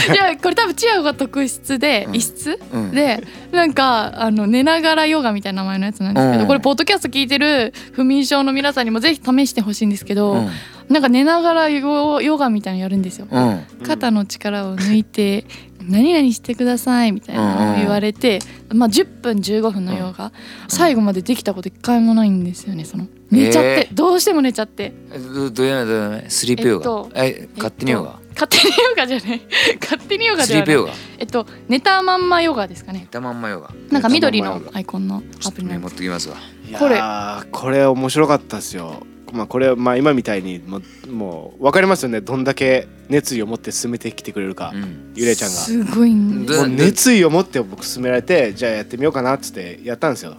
Speaker 2: い
Speaker 3: いやこれ多分チアゴが特質で、
Speaker 2: うん
Speaker 3: 一室
Speaker 2: うん
Speaker 3: でなんかあの寝ながらヨガみたいな名前のやつなんですけど、
Speaker 2: うん
Speaker 3: これポッドキャスト聞いてる不眠症の皆さんにもぜひ試してほしいんですけど、
Speaker 2: うん
Speaker 3: なんか寝ながらヨヨガみたいなのやるんですよ。
Speaker 2: うん
Speaker 3: 肩の力を抜いて 「何々してください」みたいなのを言われて、まあ、10分15分のヨガ、最後までできたこと一回もないんですよねその寝ちゃって、
Speaker 2: えー
Speaker 3: どうしても寝ちゃって
Speaker 2: えどどうやめどうやめスリープヨ
Speaker 3: えっと
Speaker 2: ガえ勝手にヨガ
Speaker 3: 勝手にヨガじゃない 勝手にヨガ
Speaker 2: ス
Speaker 3: じ
Speaker 2: リ
Speaker 3: ゃ
Speaker 2: ープ
Speaker 3: ない
Speaker 2: ヨガ
Speaker 3: えっと寝たまんまヨガですかね
Speaker 2: たまんまヨガ
Speaker 3: なんか緑
Speaker 4: 寝たまん
Speaker 3: の
Speaker 4: まヨ
Speaker 3: アイコンの
Speaker 2: ちょ
Speaker 3: ア
Speaker 2: っ
Speaker 3: プ
Speaker 2: と
Speaker 3: リな
Speaker 2: メ
Speaker 3: ん
Speaker 2: モ
Speaker 3: で
Speaker 2: っ
Speaker 3: す
Speaker 2: ときますわ
Speaker 4: いやーこれ面白かったですよまあこれまあ今みたいにもうもう分かりますよねどんだけ熱意を持って進めてきてくれるか
Speaker 2: うん
Speaker 4: ゆれちゃんが
Speaker 3: すごいんです
Speaker 2: ど
Speaker 4: もう熱意を持って僕勧められてじゃあやってみようかなっつってやったんですよ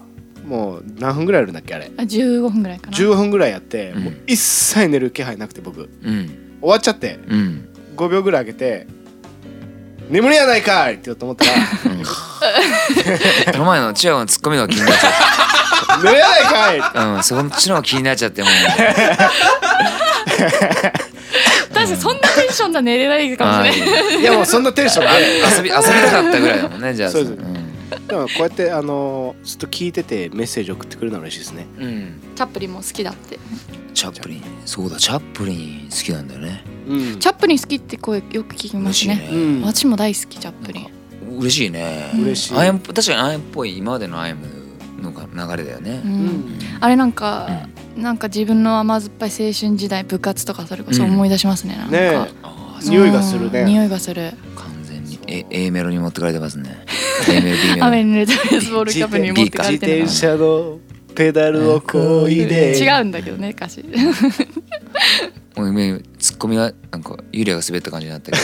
Speaker 4: もう何分ぐらいあるんだっけあれ
Speaker 3: あ15分ぐらいかな
Speaker 4: 15分ぐらいやって、
Speaker 2: うん
Speaker 4: もう一切寝る気配なくて僕終
Speaker 2: うん
Speaker 4: わっちゃって
Speaker 2: うん
Speaker 4: 5秒ぐらい上げて「眠りやないかい!」って言おうと思ったら
Speaker 2: うんこの前のチアゴのツッコミのが気になっちゃっ
Speaker 4: 「眠りやないかい!」って
Speaker 2: たうんそっちの方が気になっちゃってもう
Speaker 3: 確かにそんなテンションじゃ寝れないかもしれない
Speaker 2: はい
Speaker 4: いやもうそんなテンションがある
Speaker 2: 遊び遊びたかったぐらいだもんねじゃあ
Speaker 4: そうです
Speaker 2: ん
Speaker 4: でもこうやってあのーずっと聞いててメッセージ送ってくれるのは嬉しいですね
Speaker 2: うん
Speaker 3: チャップリンも好きだって
Speaker 2: チャップリンそうだチャップリン好きなんだよね
Speaker 4: うん
Speaker 3: チャップリン好きって声よく聞きま
Speaker 2: 嬉
Speaker 3: す
Speaker 2: しい
Speaker 3: ね
Speaker 4: う
Speaker 2: ね
Speaker 4: ん
Speaker 3: 私も大好きチャップリン
Speaker 2: 嬉しいね
Speaker 4: 嬉しい
Speaker 2: アイム確かにアイムっぽい今までのアイムのが流れだよね
Speaker 3: うんあれなんか、なんか自分の甘酸っぱい青春時代部活とかそれこそ思い出しますね、なんか
Speaker 4: ねえ
Speaker 2: ああ
Speaker 3: うん
Speaker 4: 匂いがするね
Speaker 3: 匂いがする
Speaker 2: 完全にえ A メロに持ってかれてますね A メロ B メロ
Speaker 3: 雨に濡れたベースボールキャップに持ってかれ
Speaker 4: 自
Speaker 3: てる
Speaker 4: 転車のペダルをこいで
Speaker 3: 違うんだけどね歌詞
Speaker 2: もう今ツッコミはなんかユリアが滑った感じにな ってる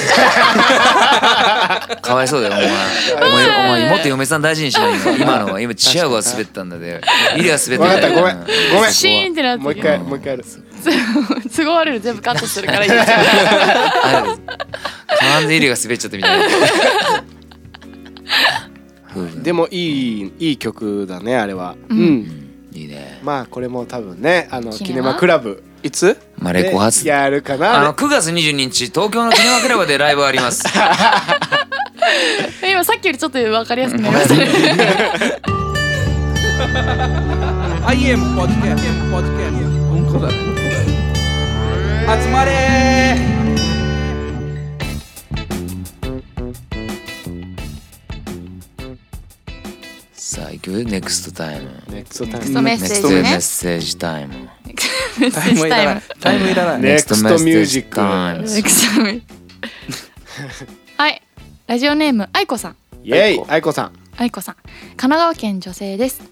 Speaker 2: かわいそうだよお前お前お前もっと嫁さん大事にしないよ今のは今チアゴが滑ったんだでユリアが滑
Speaker 4: わか
Speaker 2: っ
Speaker 4: ってたごめんごめん
Speaker 3: シーンってなってる
Speaker 4: もう一回もう一回やる
Speaker 3: 都合悪いの全部カットするから いいですよ
Speaker 2: 完全ユリアが滑っちゃったみたいな夫婦の
Speaker 4: でもいいいい曲だねあれは
Speaker 3: うん
Speaker 2: うんいいね
Speaker 4: まあこれも多分ねあの
Speaker 3: キ
Speaker 4: キ
Speaker 3: ネマ
Speaker 4: ネマクラブ
Speaker 5: いつ
Speaker 2: まあレ
Speaker 4: で
Speaker 2: コ発
Speaker 4: やるか
Speaker 2: あの
Speaker 4: な
Speaker 2: 9月22日東京のキネマクラブでライブあります
Speaker 3: 今さっきよりちょっと分かりやすくなりましたね
Speaker 1: IM ポッドキャストポッドキャストうんこだ集まれー
Speaker 2: さあ行くネクストタイム
Speaker 4: ネクストタ
Speaker 3: ク
Speaker 4: イ
Speaker 3: ス
Speaker 4: ム
Speaker 3: トメッ
Speaker 2: ネク
Speaker 3: セ
Speaker 2: ス
Speaker 3: ー
Speaker 2: ト
Speaker 3: ジ
Speaker 2: メ
Speaker 3: ね
Speaker 2: ッセージタイム
Speaker 3: メッセ
Speaker 5: タイ
Speaker 3: ージ
Speaker 5: ムいら
Speaker 3: タイ
Speaker 5: ない
Speaker 3: ム。
Speaker 5: タイムいらない。
Speaker 4: ね Next
Speaker 2: Next
Speaker 4: Music
Speaker 2: Message Time
Speaker 3: ネクストメッセージ はいラジオネームあいこさん
Speaker 4: イエイ愛子さん
Speaker 3: あいこさん神奈川県女性です、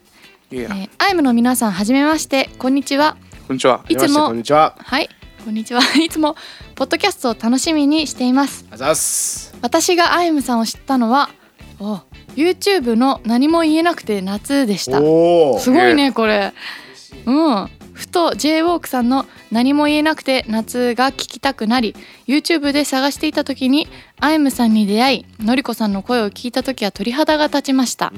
Speaker 5: い
Speaker 3: え
Speaker 5: や、
Speaker 3: ー、アイムの皆さんはじめましてこんにちは
Speaker 5: こんにちは。
Speaker 3: いつ
Speaker 4: はじめま
Speaker 3: も
Speaker 4: してこんにちは
Speaker 3: はいこんにちは いつもポッドキャストを楽しみにしています
Speaker 4: あざっす
Speaker 3: 私がアイムさんを知ったのはお YouTube の何も言えなくて夏でした
Speaker 4: おお
Speaker 3: すごいねこれうんふと j ウォークさんの「何も言えなくて夏」が聞きたくなり YouTube で探していた時にアイムさんに出会いのりこさんの声を聞いた時は鳥肌が立ちました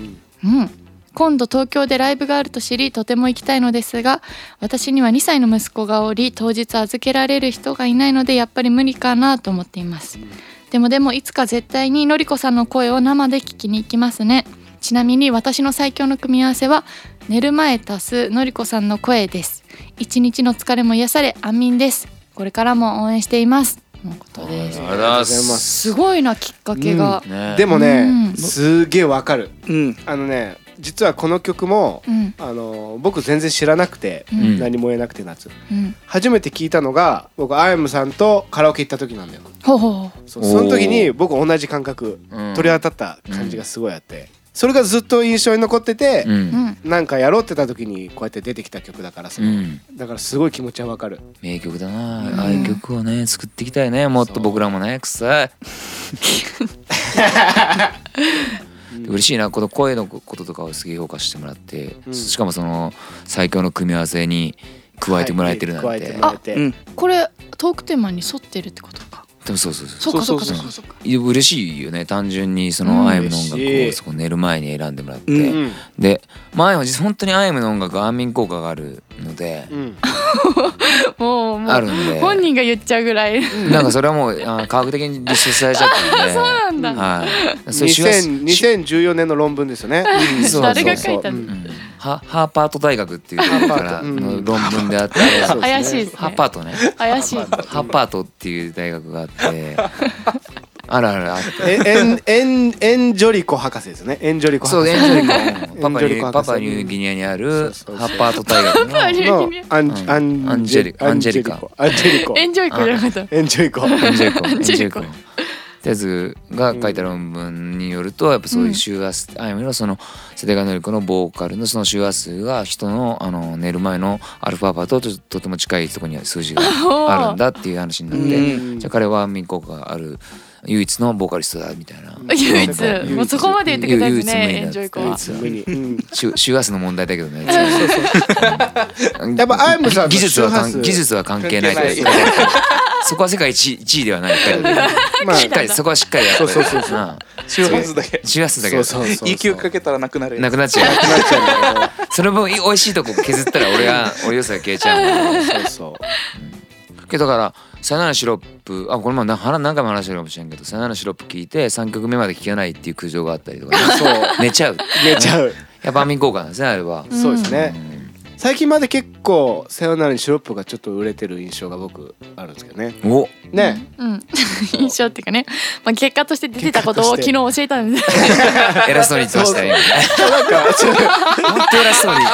Speaker 4: うん
Speaker 3: うん今度東京でライブがあると知りとても行きたいのですが私には2歳の息子がおり当日預けられる人がいないのでやっぱり無理かなと思っていますでもでもいつか絶対にのりこさんの声を生で聞きに行きますねちなみに私の最強の組み合わせは寝る前足すのりこさんの声です一日の疲れも癒され安眠ですこれからも応援していますとのことです
Speaker 2: ありがとうございます
Speaker 3: すごいなきっかけが、
Speaker 2: ね
Speaker 4: でもね
Speaker 3: うん
Speaker 4: すげえわかる
Speaker 5: うん。
Speaker 4: あのね実はこの曲も
Speaker 3: うん
Speaker 4: あの僕全然知らなくて
Speaker 3: うん
Speaker 4: 何も言えなくて夏
Speaker 3: うん
Speaker 4: 初めて聞いたのが僕アイムさんとカラオケ行った時なんだよ
Speaker 3: ほうほうほう
Speaker 4: そうその時に僕同じ感覚
Speaker 2: うん
Speaker 4: 取り当たった感じがすごいあってそれがずっと印象に残ってて
Speaker 2: う
Speaker 3: うんん
Speaker 4: なんかやろうってた時にこうやって出てきた曲だからさ
Speaker 2: うん
Speaker 4: だからすごい気持ちはわかる
Speaker 2: 名曲だな、
Speaker 3: うん
Speaker 2: ああいう曲をね作っていきたいねもっと僕らもねくさい嬉しいなこの声のこととかをすげえ評価してもらって、
Speaker 4: うん
Speaker 2: しかもその最強の組み合わせに加えてもらえてるなんて、
Speaker 4: はい加えても
Speaker 2: あ
Speaker 4: らえて
Speaker 5: うん。
Speaker 3: これトークテーマに沿ってるってことか
Speaker 2: でもそうそうそう
Speaker 3: そうかそうかそ
Speaker 5: そうう
Speaker 3: か
Speaker 5: そう
Speaker 3: そうか
Speaker 2: いや嬉しいよね単純にそ
Speaker 3: うん
Speaker 2: のアイムの音楽
Speaker 4: 嬉しい
Speaker 2: をそこ寝る前に選んでもらって、
Speaker 5: う
Speaker 4: うん
Speaker 2: で、まあ、アイムは実本当にアイムの音楽は安眠効果があるので、
Speaker 4: うん
Speaker 3: もうもう
Speaker 2: あるんで
Speaker 3: 本人が言っちゃうぐらい
Speaker 2: なんかそれはもうあ科学的に実証されちゃ ったんで
Speaker 3: なんだ、
Speaker 2: はい、そう周波数
Speaker 4: 2000 2014年の論文ですよね
Speaker 2: そう
Speaker 3: 誰が書いた
Speaker 4: う
Speaker 3: の、
Speaker 4: ん
Speaker 2: うんハハーパート大学っていうところからの論文であって、
Speaker 4: そう
Speaker 3: 怪しいですね
Speaker 2: ハーパートね
Speaker 3: 怪しい
Speaker 2: ハーパートっていう大学があ ってあるあるあって
Speaker 4: えエンエンエンジョリコ博士ですねエンジョリコ
Speaker 2: そ
Speaker 4: 博
Speaker 2: う
Speaker 4: 士
Speaker 2: エンジョリコパパニ
Speaker 4: エンジョ
Speaker 2: ューパパニューギ
Speaker 4: リコ博士
Speaker 2: ニアにある
Speaker 4: そうそうそう
Speaker 2: ハーパート大学の
Speaker 3: エンジョリ
Speaker 4: のアン
Speaker 2: うん
Speaker 4: アン
Speaker 2: アンジェリアンジェリカ
Speaker 4: アンジェリコ
Speaker 3: エンジョイコじゃなかった
Speaker 4: エンジョリコ
Speaker 2: エンジェリコ
Speaker 3: エ
Speaker 2: エ
Speaker 3: ン
Speaker 2: ン
Speaker 3: ジ
Speaker 2: ジ
Speaker 3: ェ
Speaker 2: ェ
Speaker 3: リ
Speaker 2: リ
Speaker 3: コ
Speaker 2: コってやつが書いた論文によるとやっぱそういう周波数あゆみのその世代がのりこのボーカルのその周波数が人のあの寝る前のアルファ波とととても近いところには数字 があるんだっていう話になっ
Speaker 5: う
Speaker 2: て。
Speaker 4: うん
Speaker 2: じゃあ彼は安眠効果がある唯一のボーカリストだみたいな
Speaker 3: 唯一
Speaker 2: なんか
Speaker 3: もうそこまで言ってくれたんですね
Speaker 2: 唯
Speaker 3: エンジョイコ
Speaker 2: 唯
Speaker 3: は
Speaker 2: 一無
Speaker 4: 無
Speaker 2: 二だっつって
Speaker 4: 理うん
Speaker 2: 周周波数の問題だけどね
Speaker 4: やっぱアイムさんの
Speaker 2: 技術は関
Speaker 4: 周波数
Speaker 2: 技術は関係ないです
Speaker 4: 関
Speaker 2: そこは世界一一位ではない
Speaker 4: まあ
Speaker 2: しっかりそこはしっかりやっぱり
Speaker 4: そうそうそうそう
Speaker 2: なあ
Speaker 5: 周波数だけ。
Speaker 2: 周波数だけ
Speaker 4: そうそうそう
Speaker 5: EQ かけたらなくなる。
Speaker 2: なくなっちゃうその分い美味しいとこ削ったら俺が俺良さが消えちゃうもん
Speaker 4: そうそう
Speaker 2: けどだから「さよならシロップ」あこれもな話何回も話してるかもしれんけど「さよならシロップ」聞いて3曲目まで聴けないっていう苦情があったりとかね、
Speaker 4: そう
Speaker 2: 寝ちゃう
Speaker 4: 寝ちゃう
Speaker 2: やっぱ安眠効果なんですねあれは。
Speaker 4: そうです
Speaker 2: う
Speaker 4: ね
Speaker 2: ん
Speaker 4: 最近まで結構「さよならにシロップ」がちょっと売れてる印象が僕あるんですけどね
Speaker 2: お
Speaker 4: ね
Speaker 3: うん印象っていうかね、まあ、結果として出てたことを昨
Speaker 4: 結
Speaker 3: 日
Speaker 4: 果
Speaker 3: 教えたんです
Speaker 2: 偉そうに言ってましたね。
Speaker 4: なんかちょっと
Speaker 2: 本当偉そうに。うん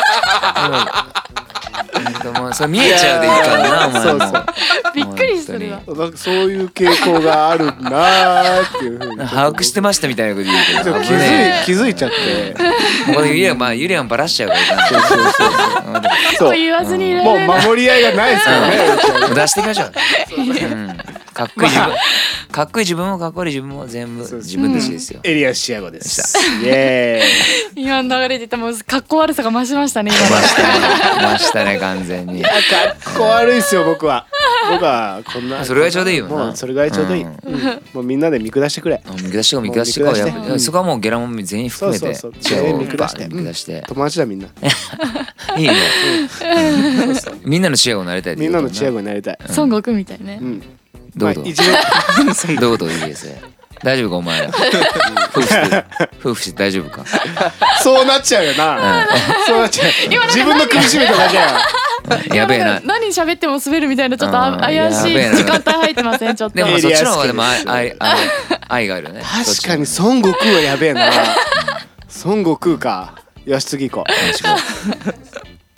Speaker 2: もうそれ見えちゃうでいいからなお前も
Speaker 4: そうそう
Speaker 3: びっくりするわ
Speaker 2: 本
Speaker 4: なんかそういう傾向があるなーっていうふうに
Speaker 2: 把握してましたみたいなこと言う
Speaker 4: ち
Speaker 2: け
Speaker 4: ょっ
Speaker 2: ど
Speaker 4: と
Speaker 2: 危
Speaker 4: 気
Speaker 2: ね
Speaker 4: づい気づいちゃって
Speaker 2: えここでユリアンまあユリアンバラしちゃうから
Speaker 4: そうそうそう
Speaker 2: うん
Speaker 4: そう
Speaker 3: そう言わずにいら
Speaker 4: も
Speaker 3: れ
Speaker 4: う
Speaker 3: る
Speaker 4: 守り合いがないですからね
Speaker 2: もう出していきましょう。うんかっこいい自分、かっこいい自分もかっこ悪い自分も全部
Speaker 4: そうです
Speaker 2: 自分たちですよ。
Speaker 4: エリアシアゴですイエー
Speaker 3: 今流れてたもう格好悪さが増しましたね
Speaker 2: ま
Speaker 3: 今
Speaker 2: したね。ましたね完全に。
Speaker 4: イかっこ悪いですよ僕は僕はこんな
Speaker 2: それぐらいちょうどいいよな
Speaker 4: もうそれぐらいちょうどいい、
Speaker 2: うん
Speaker 4: うんもうみんなで見下してくれ
Speaker 2: 見下してこう見下してこ
Speaker 4: もう
Speaker 2: う
Speaker 4: 見
Speaker 2: や
Speaker 4: 下して
Speaker 2: っぱそこはもうゲラもん全員含めて
Speaker 4: そうそうそう
Speaker 2: じゃあ
Speaker 4: 全員見下して
Speaker 2: バーッ見下して
Speaker 4: 友達だみんない
Speaker 2: いよみんなのチアゴになりたいって
Speaker 4: み
Speaker 2: い
Speaker 4: ん
Speaker 2: うこ
Speaker 4: な
Speaker 2: と
Speaker 4: の
Speaker 2: ね
Speaker 4: チアゴになりたい
Speaker 3: 孫悟空みたいね
Speaker 4: うん
Speaker 2: どういう
Speaker 4: まあ
Speaker 2: こ
Speaker 4: いじめ
Speaker 2: とどういうこといいです大丈夫かお 前ら夫婦して夫婦して大丈夫か
Speaker 4: そうなっちゃうよな。そうなっちゃう。
Speaker 3: 今なんか
Speaker 4: 自分の苦しめただけやん。
Speaker 2: やべえな
Speaker 3: 何喋っても滑るみたいなちょっと
Speaker 2: あ
Speaker 3: あ
Speaker 2: ー
Speaker 3: 怪しい
Speaker 2: や べえな
Speaker 3: 時間帯入ってませんちょっと
Speaker 2: でもまあ
Speaker 4: エ
Speaker 2: そっ
Speaker 4: リア
Speaker 2: ちの方がでも愛
Speaker 4: 好き
Speaker 2: 愛愛愛 があるよね
Speaker 4: 確かに孫悟空はやべえな。孫悟空か。よし次行こう。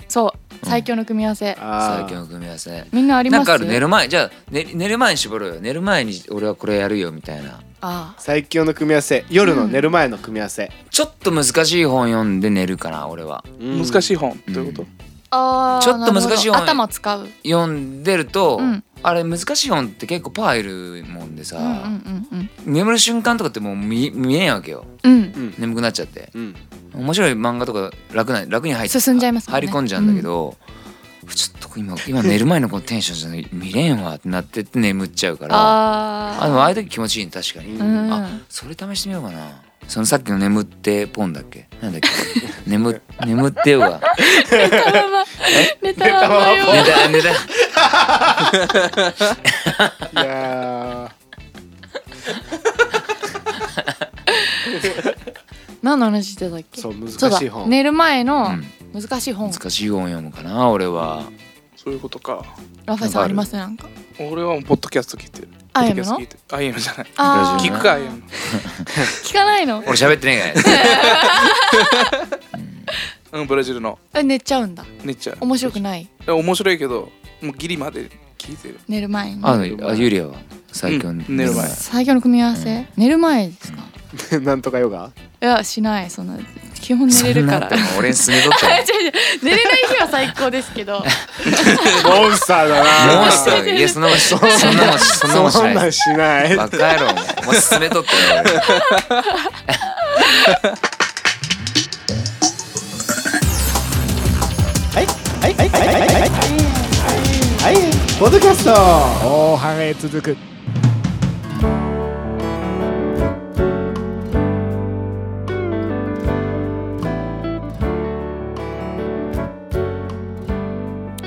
Speaker 3: そう最強の組み合わせ
Speaker 4: あ
Speaker 2: 最強
Speaker 4: ー
Speaker 2: の組み合わせ
Speaker 3: みんなあります
Speaker 2: なんかある寝る前じゃあ、ね、寝る前に絞ろうよ寝る前に俺はこれやるよみたいな
Speaker 3: あ
Speaker 4: 最強の組み合わせ。夜の寝る前の組み合わせ。
Speaker 2: ちょっと難しい本読んで寝るかな俺は
Speaker 5: 難し
Speaker 4: い。
Speaker 5: い本どういうこと
Speaker 3: あ
Speaker 2: ちょっと難しいよね
Speaker 3: なるほど頭使う
Speaker 2: 読んでると、
Speaker 3: うん
Speaker 2: あれ難しい本って結構パワーいるもんでさ、
Speaker 3: うんうんうん
Speaker 2: 眠る瞬間とかってもう見見えんわけよ
Speaker 3: うんうん
Speaker 2: 眠くなっちゃって
Speaker 4: うん。
Speaker 2: 面白い漫画とか楽な楽に入って
Speaker 3: 進んじゃいますもん
Speaker 2: 入
Speaker 3: ね
Speaker 2: り込んじゃうんだけど、ちょっと今今寝る前のこのテンションじゃ見れんわってなってって眠っちゃうからあ
Speaker 3: あー
Speaker 2: でもああいう時気持ちいいね確かに、
Speaker 4: う
Speaker 3: うん
Speaker 2: あそれ試してみようかなそのさっきの「眠ってポン」だっけ なんだっけ眠眠ってよが
Speaker 3: 寝たまま寝たままよ
Speaker 2: 寝た寝た
Speaker 4: いや
Speaker 3: 何の話してたっけ
Speaker 4: ー。そう
Speaker 3: そう
Speaker 4: 難
Speaker 3: だ
Speaker 4: しい本。
Speaker 3: 寝る前の
Speaker 2: うん
Speaker 3: 難しい本
Speaker 2: 難しい本読むかな俺は
Speaker 5: そういうことか
Speaker 3: ラファエさんありますなんか
Speaker 5: 俺はもうポッドキャスト聞いてるポッド
Speaker 3: IM
Speaker 5: キャスト
Speaker 3: の
Speaker 5: 聞いてる IM じゃない
Speaker 3: あー
Speaker 5: 聞くか IM
Speaker 3: 聞かないの
Speaker 2: 俺喋ってねえか
Speaker 5: う
Speaker 2: ら
Speaker 5: んブラジルの
Speaker 3: え寝ちゃうんだ
Speaker 5: ネッチャー
Speaker 3: 面白くない
Speaker 5: いや面白いけどもうギリまで聞いてる
Speaker 3: 寝る前に
Speaker 2: あのあユリアは最強
Speaker 5: うん寝る前
Speaker 3: 最強の組み合わせ寝る前ですか
Speaker 4: なんとかヨガ。
Speaker 3: いやしないそんな基本寝れる から
Speaker 2: そんなの俺に勧めとった
Speaker 3: 違
Speaker 2: よ
Speaker 3: う違う寝れない日は最高ですけど
Speaker 4: モンスターだな。
Speaker 2: モンスターイエスのそんなもんそんなもんし
Speaker 4: そん
Speaker 2: な
Speaker 4: ないんしない。
Speaker 2: バカ野郎お前お前勧めとったよ俺
Speaker 4: はい、ポッドキャストおはれ続く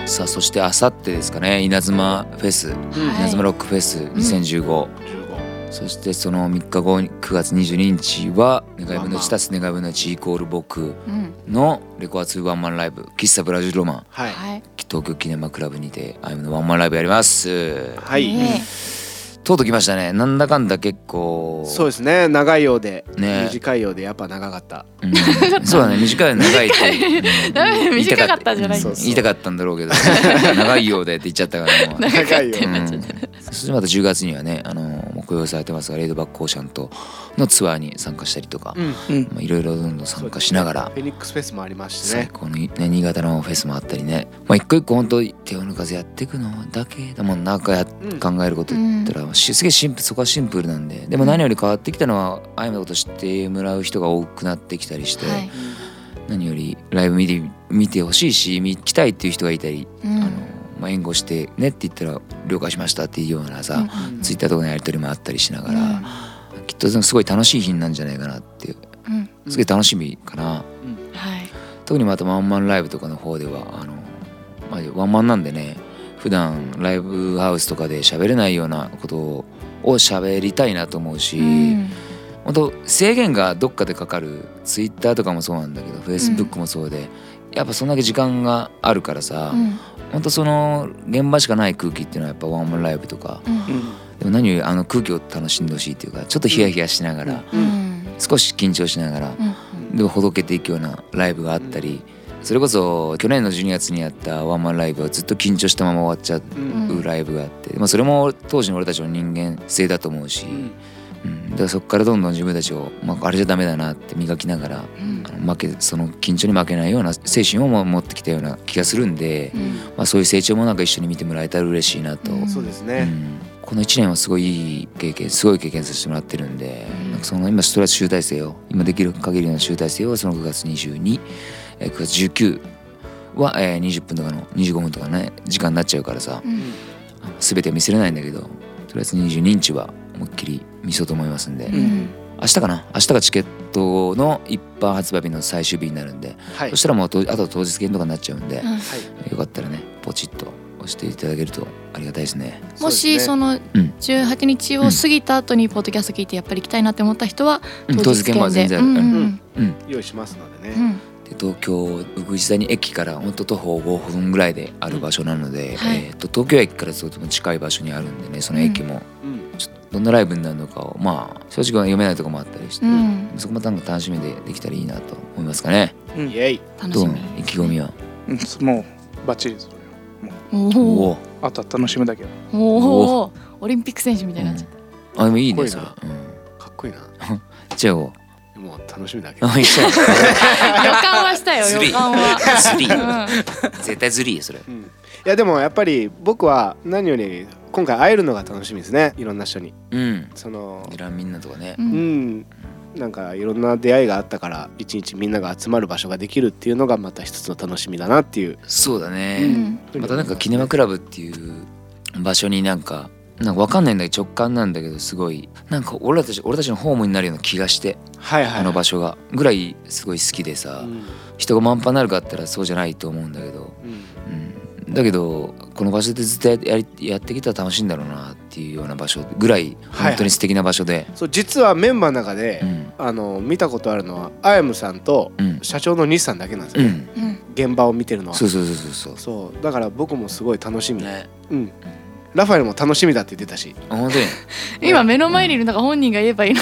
Speaker 2: さあそしてあさってですかね稲妻フェス、稲妻ロックフェス2015、そしてその3日後に9月22日は「願い分の1たす願い分の1イコール僕
Speaker 3: うん」
Speaker 2: のレコアツーワンマンライブ「喫茶ブラジルロマン
Speaker 4: はい
Speaker 3: はい」
Speaker 2: 東京キネマクラブにてアイムのワンマンライブやります
Speaker 4: はい、
Speaker 3: ね
Speaker 2: とうとう来ましたねなんだかんだ結構
Speaker 4: そうですね長いようで、
Speaker 2: ね
Speaker 4: 短いようでやっぱ長かった
Speaker 2: うんそうだね短いより長いって
Speaker 3: ダ
Speaker 2: う
Speaker 3: メ
Speaker 2: ん言い
Speaker 3: 短かったんじゃない
Speaker 2: うん
Speaker 4: そうそう
Speaker 2: 言いたかったんだろうけど 長いようでって言っちゃったから もう
Speaker 4: 長いよ
Speaker 2: うんそしてまた10月にはねあのもう雇用されてますがレイドバックオーシャンとのツアーに参加したりとか、
Speaker 4: うん
Speaker 5: うん
Speaker 2: まあ、いろいろどんどん参加しながら
Speaker 4: フェニックスフェスもありました
Speaker 2: 最
Speaker 4: ね
Speaker 2: 高のね新潟のフェスもあったりね、まあ、一個一個本当手を抜かずやっていくのだけだもんなんかや、
Speaker 4: うん
Speaker 2: 考えること言ったら、しすげえシンプルそこはシンプルなんででも何より変わってきたのはあやのこと知ってもらう人が多くなってきたりして、
Speaker 3: はい
Speaker 2: 何よりライブ見て見てほしいし見来たいっていう人がいたり、
Speaker 3: うん
Speaker 2: あのまあ、援護してねって言ったら了解しましたっていうようなさ、
Speaker 3: うん
Speaker 2: ツイッターとかのやり取りもあったりしなが
Speaker 3: う
Speaker 2: ら、きっとすごい楽しい日になるんじゃないかなっていう
Speaker 3: うん
Speaker 2: すげえ楽しみかな、
Speaker 3: はい
Speaker 2: 特にまたワンマンライブとかの方ではあの、まあ、ワンマンなんでね普段ライブハウスとかで喋れないようなことを喋りたいなと思うし、
Speaker 3: うん
Speaker 2: 本当制限がどっかでかかるツイッターとかもそうなんだけどフェイスブックもそうで、やっぱそんだけ時間があるからさ、
Speaker 3: うん
Speaker 2: 本当その現場しかない空気っていうのはやっぱワンマンライブとか
Speaker 3: うん
Speaker 2: でも何よりあの空気を楽しんでほしいっていうかちょっとヒヤヒヤしながら、
Speaker 3: うんうん
Speaker 2: 少し緊張しながら、
Speaker 3: うん
Speaker 2: でもほどけていくようなライブがあったり、それこそ去年の12月にやったワンマンライブはずっと緊張したまま終わっちゃ
Speaker 4: う
Speaker 2: うん
Speaker 3: ん
Speaker 2: ライブがあって、まあ、それも当時の俺たちの人間性だと思うし、うんだからそこからどんどん自分たちを、まあ、あれじゃダメだなって磨きながら、
Speaker 3: うん
Speaker 2: あの負けその緊張に負けないような精神をも持ってきたような気がするんで、
Speaker 3: うん
Speaker 2: まあ、そういう成長もなんか一緒に見てもらえたら嬉しいなと、
Speaker 3: うん
Speaker 4: そうです
Speaker 2: う
Speaker 4: ね、
Speaker 2: んこの1年はすごいいい経験すごい経験させてもらってるんで、なんかその今ストレス集大成を今できる限りの集大成をその9月229月19は、えー20分とかの25分とかね時間になっちゃうからさ、
Speaker 3: うん
Speaker 2: 全ては見せれないんだけどとりあえず22日は思いっきり見そうと思いますんで、
Speaker 3: う
Speaker 5: うんん
Speaker 2: 明日かな明日がチケットの一般発売日の最終日になるんで、
Speaker 4: はい
Speaker 2: そしたらもうとあと当日券とかになっちゃうんで、
Speaker 3: うん
Speaker 2: よかったらねポチッと押クしていただけるとありがたいですね
Speaker 3: もしその
Speaker 4: の
Speaker 2: うん
Speaker 3: 18日を過ぎた後にポッドキャスト聞いてやっぱり行きたいなって思った人は
Speaker 2: うん当日券は全然ある
Speaker 3: うんう
Speaker 2: うん
Speaker 3: ん
Speaker 4: 用意しますので
Speaker 3: う
Speaker 4: ね。
Speaker 3: ん
Speaker 2: で東京福士谷駅からほんと徒歩5分ぐらいである場所なので、
Speaker 3: はい
Speaker 2: えー、と東京駅からとても近い場所にあるんでねその駅も
Speaker 4: うん。
Speaker 2: ちょっとどんなライブになるのかをまあ正直は読めないとこもあったりして、
Speaker 3: うんうん
Speaker 2: そこもなんか楽しみでできたらいいなと思いますかね。
Speaker 5: うん
Speaker 4: イエイ。
Speaker 3: 楽
Speaker 2: どう
Speaker 3: し
Speaker 2: な
Speaker 3: み
Speaker 2: の意気込みは。
Speaker 5: うんもうバッチリですそれは
Speaker 3: お
Speaker 2: お
Speaker 3: ー
Speaker 2: お。
Speaker 5: あとは楽しむだけだ
Speaker 3: おーオリンピック選手みたいになっちゃっ
Speaker 2: あでもいいねそ
Speaker 4: か
Speaker 2: れ
Speaker 4: っこ。かっこいいな。
Speaker 2: うんじゃあおう。
Speaker 4: もう楽しみだけ。
Speaker 2: あ一 緒や。
Speaker 3: た予感はした
Speaker 2: ず
Speaker 3: よ
Speaker 2: るい
Speaker 3: 予感は
Speaker 2: ずるい
Speaker 3: うん
Speaker 2: 絶対ずるいよそれ。
Speaker 4: うんいやでもやっぱり僕は何より今回会えるのが楽しみですねいろんな人に
Speaker 2: うん。
Speaker 4: その
Speaker 2: いらんみんなとかね。
Speaker 3: う
Speaker 4: うんんなんかいろんな出会いがあったから一日みんなが集まる場所ができるっていうのがまた一つの楽しみだなっていう、
Speaker 2: そうだね。
Speaker 3: ん
Speaker 2: またなんかキネマクラブっていう場所になんかなんかわかんないんだけど直感なんだけどすごいなんか俺たち俺たちのホームになるような気がして
Speaker 4: はいはい
Speaker 2: あの場所がぐらいすごい好きでさ、
Speaker 4: うん
Speaker 2: 人が満帆になるかって言ったらそうじゃないと思うんだけど、
Speaker 4: うん
Speaker 2: うん、だけどこの場所でずっとややりやってきたら楽しいんだろうなっていうような場所ぐらい
Speaker 4: はい
Speaker 2: 本当に素敵な場所で、
Speaker 4: そう実はメンバーの中で、あの見たことあるのはアヤムさんと
Speaker 2: うんうん
Speaker 4: 社長の西さんだけなんです
Speaker 2: う
Speaker 4: よ、
Speaker 2: ん
Speaker 3: うん
Speaker 4: 現場を見てるのは
Speaker 2: そうそうそうそうそ
Speaker 4: そうだから僕もすごい楽し
Speaker 2: う
Speaker 4: み、
Speaker 2: ね
Speaker 4: うんラファエルも楽しみだって言ってたし
Speaker 2: あ本当に
Speaker 3: 今目の前にいるのが本人が言えばいいの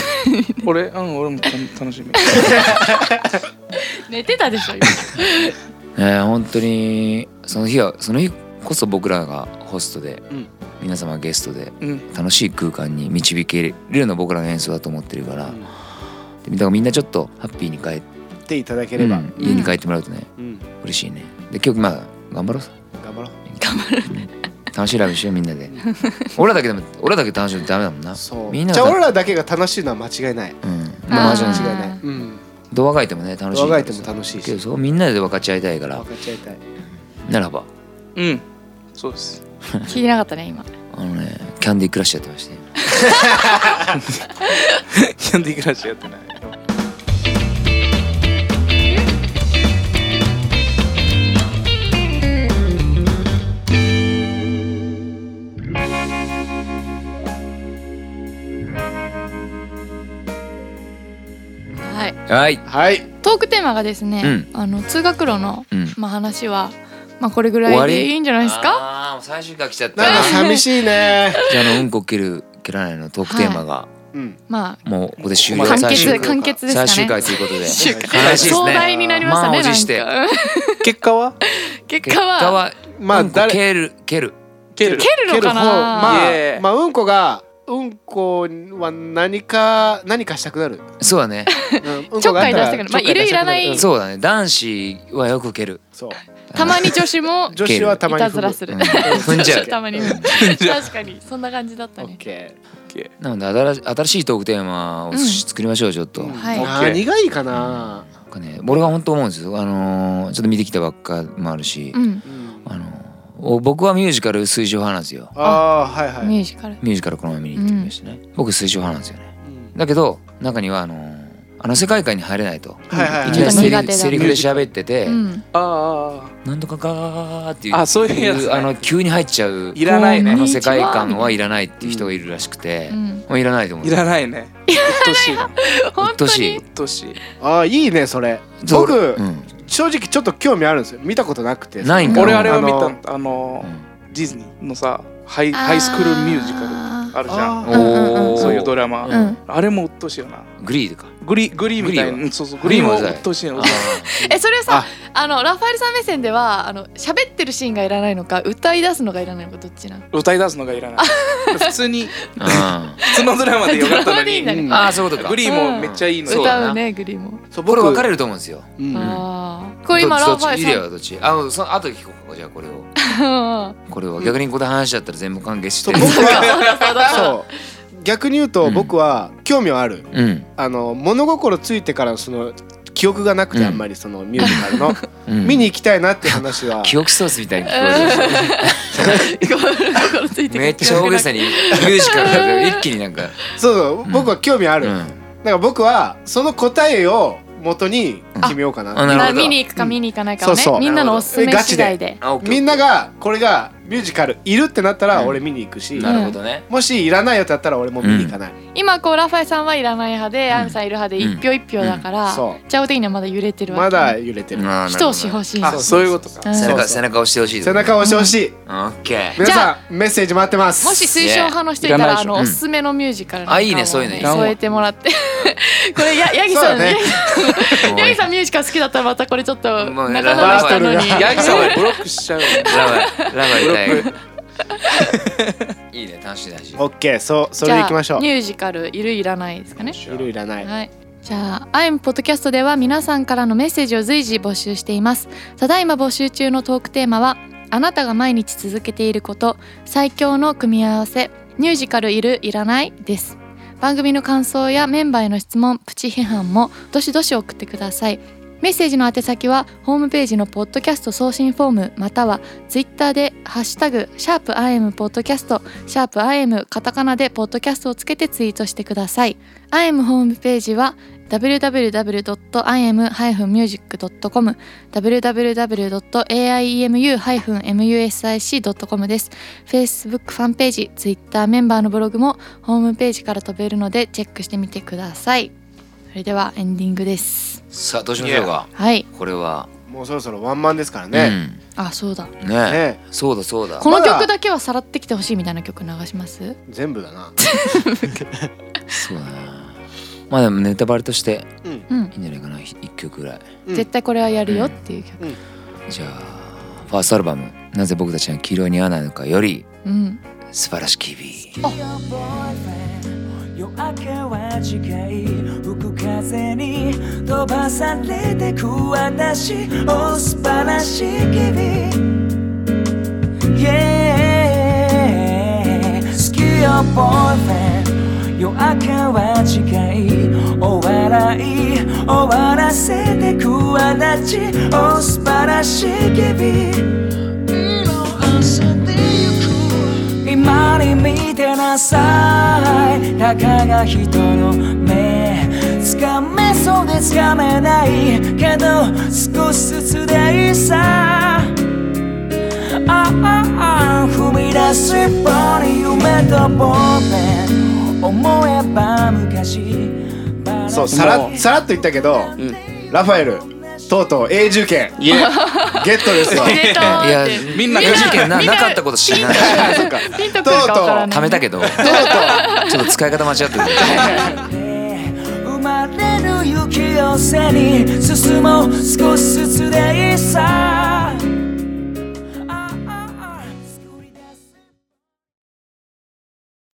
Speaker 5: 俺うん俺もた楽しみ
Speaker 3: 寝てたでしょ
Speaker 2: ね本当にその日はその日こそ僕らがホストで、
Speaker 4: うん
Speaker 2: 皆様ゲストで
Speaker 5: うん
Speaker 2: 楽しい空間に導けるのは僕らの演奏だと思ってるから、
Speaker 4: うん
Speaker 2: でだからみんなちょっとハッピーに帰っ
Speaker 4: 言っていただけ
Speaker 2: て、
Speaker 4: れば、
Speaker 2: うん家に帰ってもらうとね、
Speaker 4: うん
Speaker 2: 嬉しいねで今日まあ頑張ろう
Speaker 4: 頑張ろ
Speaker 2: 楽しいライブしようみんな で俺らだけでも俺らだけ楽しいとダメだもんな
Speaker 4: うそう
Speaker 2: みんな
Speaker 4: じゃ
Speaker 2: が
Speaker 4: あ俺らだけが楽しいのは間違いない
Speaker 2: うん
Speaker 3: あー
Speaker 2: まあ
Speaker 4: 間
Speaker 2: 間違いない
Speaker 4: 違いないうん
Speaker 2: どうあがいてもね楽しい
Speaker 4: 若返っても楽しい
Speaker 2: けど
Speaker 4: し
Speaker 2: そうみんなで分かち合いたいから
Speaker 4: 分かち合いたい
Speaker 2: ならば
Speaker 5: うんそうです
Speaker 3: 聞いてなかったね今
Speaker 2: あのねキャンディークラッシュやってまして
Speaker 5: キャンディークラッシュやってない
Speaker 3: はい
Speaker 2: はい
Speaker 4: はい
Speaker 3: トークテーマがですね、あの通学路の、
Speaker 2: うん
Speaker 3: まあ、話は、まあ、これぐ
Speaker 2: 終
Speaker 3: ら
Speaker 2: わ
Speaker 3: い
Speaker 2: り
Speaker 3: でいいんじゃないですか
Speaker 2: あーもう最終回来ちゃった
Speaker 4: なんか寂しいね
Speaker 2: じゃああのうんこ蹴る蹴らないのトークテーマが
Speaker 4: うん
Speaker 3: ま
Speaker 2: もうここで終
Speaker 5: ま
Speaker 2: 了
Speaker 5: あ
Speaker 3: あ
Speaker 5: 完
Speaker 3: 完
Speaker 2: 最終
Speaker 3: 結
Speaker 2: 回
Speaker 3: 完結ですかね
Speaker 2: 最終回ということで
Speaker 3: 最終
Speaker 4: 回
Speaker 2: 悲しいです
Speaker 3: 壮
Speaker 2: ね
Speaker 3: 大になりましたね
Speaker 2: 満を持して
Speaker 3: なんかうん
Speaker 5: 結果は
Speaker 3: 結
Speaker 2: 結
Speaker 3: 果
Speaker 2: 果
Speaker 3: は
Speaker 2: は
Speaker 4: まあ
Speaker 2: うんこ
Speaker 4: 誰
Speaker 2: 蹴る蹴る
Speaker 5: 蹴る
Speaker 3: 蹴るのかな
Speaker 4: 蹴る方ま
Speaker 5: イエー
Speaker 4: あ
Speaker 5: イ
Speaker 4: まあうんこがうんこは何か何かしたく なる
Speaker 2: そうだね
Speaker 4: うんうん
Speaker 3: ち
Speaker 4: こ
Speaker 3: ょっ
Speaker 4: が
Speaker 3: か
Speaker 4: あ
Speaker 3: い
Speaker 4: っ
Speaker 3: 出
Speaker 4: た
Speaker 3: したくな
Speaker 4: ら
Speaker 3: るまあいるいらない
Speaker 4: うん
Speaker 2: そうだね男子はよく蹴る
Speaker 4: そう
Speaker 3: たまに女子も
Speaker 4: 女子はたま
Speaker 3: い
Speaker 4: に
Speaker 3: たずらす
Speaker 2: う
Speaker 3: る
Speaker 2: ん踏んじゃう
Speaker 3: たまに
Speaker 4: うん
Speaker 3: 確かにそんな感じだった
Speaker 4: オッ
Speaker 3: ね
Speaker 4: ケ
Speaker 2: なので新し新しいトークテーマをし作りましょうちょっと、
Speaker 4: ーうん
Speaker 3: はい
Speaker 4: 何がいいかな
Speaker 2: なんかね俺が本当思うんですよあのーちょっと見てきたばっかもあるし、
Speaker 3: うん
Speaker 4: うん
Speaker 2: あのーお僕はミュージカル水上派なんですよ
Speaker 4: あーはいはい
Speaker 3: ミュージカル
Speaker 2: ミュージカルこの前見に行ってきましたね、僕水上派なんですよね
Speaker 4: うん
Speaker 2: だけど中にはあのーあの世界観に入れないと
Speaker 4: はいはい
Speaker 2: い
Speaker 4: は
Speaker 2: きなり
Speaker 4: い
Speaker 2: セ
Speaker 3: 苦手
Speaker 2: リ
Speaker 3: だ
Speaker 2: セリフで喋ってて、
Speaker 3: うん
Speaker 5: あああ
Speaker 2: なんとかかーっていう
Speaker 5: ああそういうやつね
Speaker 2: あの急に入っちゃう
Speaker 5: いらない
Speaker 2: あ
Speaker 5: ね
Speaker 2: の世界観はいらないっていう人がいるらしくて、
Speaker 3: うん
Speaker 2: もういらないと思う
Speaker 5: いらないねうっとしい
Speaker 3: 本
Speaker 2: っと
Speaker 3: 当に
Speaker 2: しい
Speaker 5: 鬱陶しい
Speaker 4: あーいいねそれ
Speaker 2: そう
Speaker 4: 僕
Speaker 2: 俺うん
Speaker 4: 正直ちょっと興味あるんですよ見たことなくて
Speaker 2: ないんか
Speaker 5: 俺あれは
Speaker 4: あ
Speaker 5: 見
Speaker 4: の
Speaker 5: たあの
Speaker 2: うん
Speaker 5: ディズニーのさハイ
Speaker 3: あー
Speaker 5: ハイスクールミュージカルあるじゃん
Speaker 4: あー
Speaker 3: うんうんうん
Speaker 5: そういうドラマ、
Speaker 3: うん
Speaker 5: あれもうっとうしいよな
Speaker 2: グリードか
Speaker 5: グリグリみたい
Speaker 2: グリ
Speaker 5: な
Speaker 2: は
Speaker 5: うんそうそうグリも
Speaker 2: グ
Speaker 5: う
Speaker 2: リもうざい
Speaker 5: っとうしいの
Speaker 3: えそれはさ
Speaker 4: あ
Speaker 3: あのラファエルさん目線ではあの喋ってるシーンがいらないのか歌い出すのがいらないのかどっちなの
Speaker 5: 歌い出すのがいらない普通に
Speaker 2: あ
Speaker 5: 普通のドラ マでよかったの
Speaker 3: ドラマでいいん
Speaker 5: に
Speaker 3: だね
Speaker 4: うん
Speaker 2: あーそういうことか
Speaker 5: グリーもめっちゃいいの
Speaker 2: そ
Speaker 5: よ
Speaker 2: うだな
Speaker 3: 歌うねグリーも
Speaker 4: そう
Speaker 2: これ
Speaker 4: 僕
Speaker 2: 分かれると思うんですよ
Speaker 4: うん
Speaker 3: ああこれ今ラ
Speaker 2: どっ
Speaker 3: フ
Speaker 2: ちど
Speaker 3: ァ
Speaker 2: っ
Speaker 3: エ
Speaker 2: ちイ
Speaker 3: ル
Speaker 2: デ
Speaker 3: さ
Speaker 2: ア
Speaker 3: ん
Speaker 2: はどっちあその後で聞こうかじゃあこれを
Speaker 3: うん
Speaker 2: これを逆にここで話しちゃったら全部完結し
Speaker 4: そ
Speaker 2: て
Speaker 4: う
Speaker 2: る
Speaker 4: 僕は
Speaker 3: そうだそうだ そう
Speaker 4: そう逆に言うと
Speaker 2: うん
Speaker 4: 僕は興味はある、
Speaker 2: うん
Speaker 4: あの物心ついてからのその記憶がなくて
Speaker 2: うん
Speaker 4: あんまりそのミュージカルの、
Speaker 2: うん
Speaker 4: 見に行きたいなって話は
Speaker 2: 記憶ソースみたいに聞こえる
Speaker 3: だ心ついて
Speaker 2: めっちゃ大げさにミュージカルだから一気になんか
Speaker 4: そうそう、
Speaker 2: うん
Speaker 4: 僕は興味ある、
Speaker 2: う
Speaker 4: だ
Speaker 2: ん
Speaker 4: から僕はその答えを元に決めようかな、
Speaker 2: あなるほど
Speaker 3: 見に行くか見に行かないかをね
Speaker 4: そうそう
Speaker 3: みんなのおすすめ次第で
Speaker 2: あオッケー
Speaker 4: みんながこれがミュージカルいるってなったら
Speaker 2: うん
Speaker 4: 俺見に行くし、
Speaker 2: なるほどね。
Speaker 4: もしいらないよってなったら俺も見に行かない、
Speaker 3: 今こうラファエさんはいらない派で、
Speaker 2: うん
Speaker 3: アンさんいる派で一票一票だから、
Speaker 4: うんそう
Speaker 3: ジャオ的にはまだ揺れてるわ
Speaker 4: ま
Speaker 3: け、
Speaker 4: だ揺れてる、
Speaker 2: あー
Speaker 3: 一押し欲
Speaker 2: し
Speaker 3: しい
Speaker 5: あそういうことか
Speaker 3: うん
Speaker 2: 背
Speaker 4: そう
Speaker 2: 中
Speaker 4: そう
Speaker 2: 背中押してほしい。
Speaker 4: 背中を押してほしい、
Speaker 2: オッケー。
Speaker 4: 皆
Speaker 3: じ
Speaker 4: さんメッセージ待ってます
Speaker 3: もし推奨派の人いたら
Speaker 5: いらない
Speaker 3: あ
Speaker 5: でしょ
Speaker 3: の、
Speaker 2: うん
Speaker 3: おすすめのミュージカルなんかを
Speaker 2: あいいねそういうのいい
Speaker 3: 添えてもらって これやヤギ
Speaker 4: そう
Speaker 3: さ
Speaker 4: だ
Speaker 3: ん
Speaker 4: ね
Speaker 3: ね ヤギさんミュージカル好きだったらまたこれちょっと
Speaker 2: もう
Speaker 3: 仲直りしたの
Speaker 4: ラ
Speaker 3: に
Speaker 4: バートル
Speaker 5: ヤギさんはブロックしちゃうよね
Speaker 2: ラバーラバー
Speaker 5: ブロ
Speaker 2: 痛い
Speaker 5: ッ。ク
Speaker 2: いいね楽しい楽しい。
Speaker 4: オッケーそうそれで行きましょう
Speaker 3: ミュージカルいるいらないですかね
Speaker 4: いるいらない、
Speaker 3: はい。じゃあ、アイムポッドキャストでは皆さんからのメッセージを随時募集しています。ただいま募集中のトークテーマは、あなたが毎日続けていること、最強の組み合わせ、ミュージカルいるいらないです。番組の感想やメンバーへの質問、プチ批判もどしどし送ってください。メッセージの宛先はホームページのポッドキャスト送信フォームまたはツイッターでハッシュタグシャープ i m ポッドキャストシャープ i m カタカナでポッドキャストをつけてツイートしてください。IM ホームページは www.im-music.com www.aiemu-music.com です Facebook ファンページ Twitter メンバーのブログもホームページから飛べるのでチェックしてみてくださいそれではエンディングです
Speaker 2: さあどうしましょうか。
Speaker 3: はい
Speaker 2: これは
Speaker 4: もうそろそろワンマンですからね、。
Speaker 3: あそうだ
Speaker 2: うんね
Speaker 4: ね
Speaker 2: そうだそうだ
Speaker 3: こ。の
Speaker 4: まだ
Speaker 3: 曲だけはさらってきてほしいみたいな曲流します
Speaker 4: 全部だな
Speaker 2: そうだな。まあでもネタバレとして
Speaker 4: うん
Speaker 3: うん
Speaker 2: いいんじゃないかな一一曲ぐらい。
Speaker 4: うん
Speaker 3: 絶対これはやるよっていう曲
Speaker 2: じゃあファーストアルバム「なぜ僕たちが黄色に合わないのか」より
Speaker 3: うん
Speaker 2: 素晴らしき日々。
Speaker 6: 夜明けは近い吹く風に飛ばされてく私お素晴らしい日々 Yeah 好きよ boyfriend 夜明けは近いお笑い終わらせてく私お素晴らしい日々色あせてゆく今に見てなさいたかが人の目つかめそうでつかめないけど少しずつでいいさあああ踏み出す一歩に夢とボーペン思えば昔
Speaker 4: そうさらさらっと言ったけど、ラファエルとうとう永住権
Speaker 5: いや
Speaker 4: ゲットです わ
Speaker 3: 出た
Speaker 2: いや
Speaker 3: ーって
Speaker 2: みんな永住権ななかったこと知らない。
Speaker 4: そう か
Speaker 3: ピンとくるかわからない
Speaker 2: 貯めたけどちょっと使い方間違ってる。
Speaker 6: 生まれる雪を背に進もう少しずつでいいさ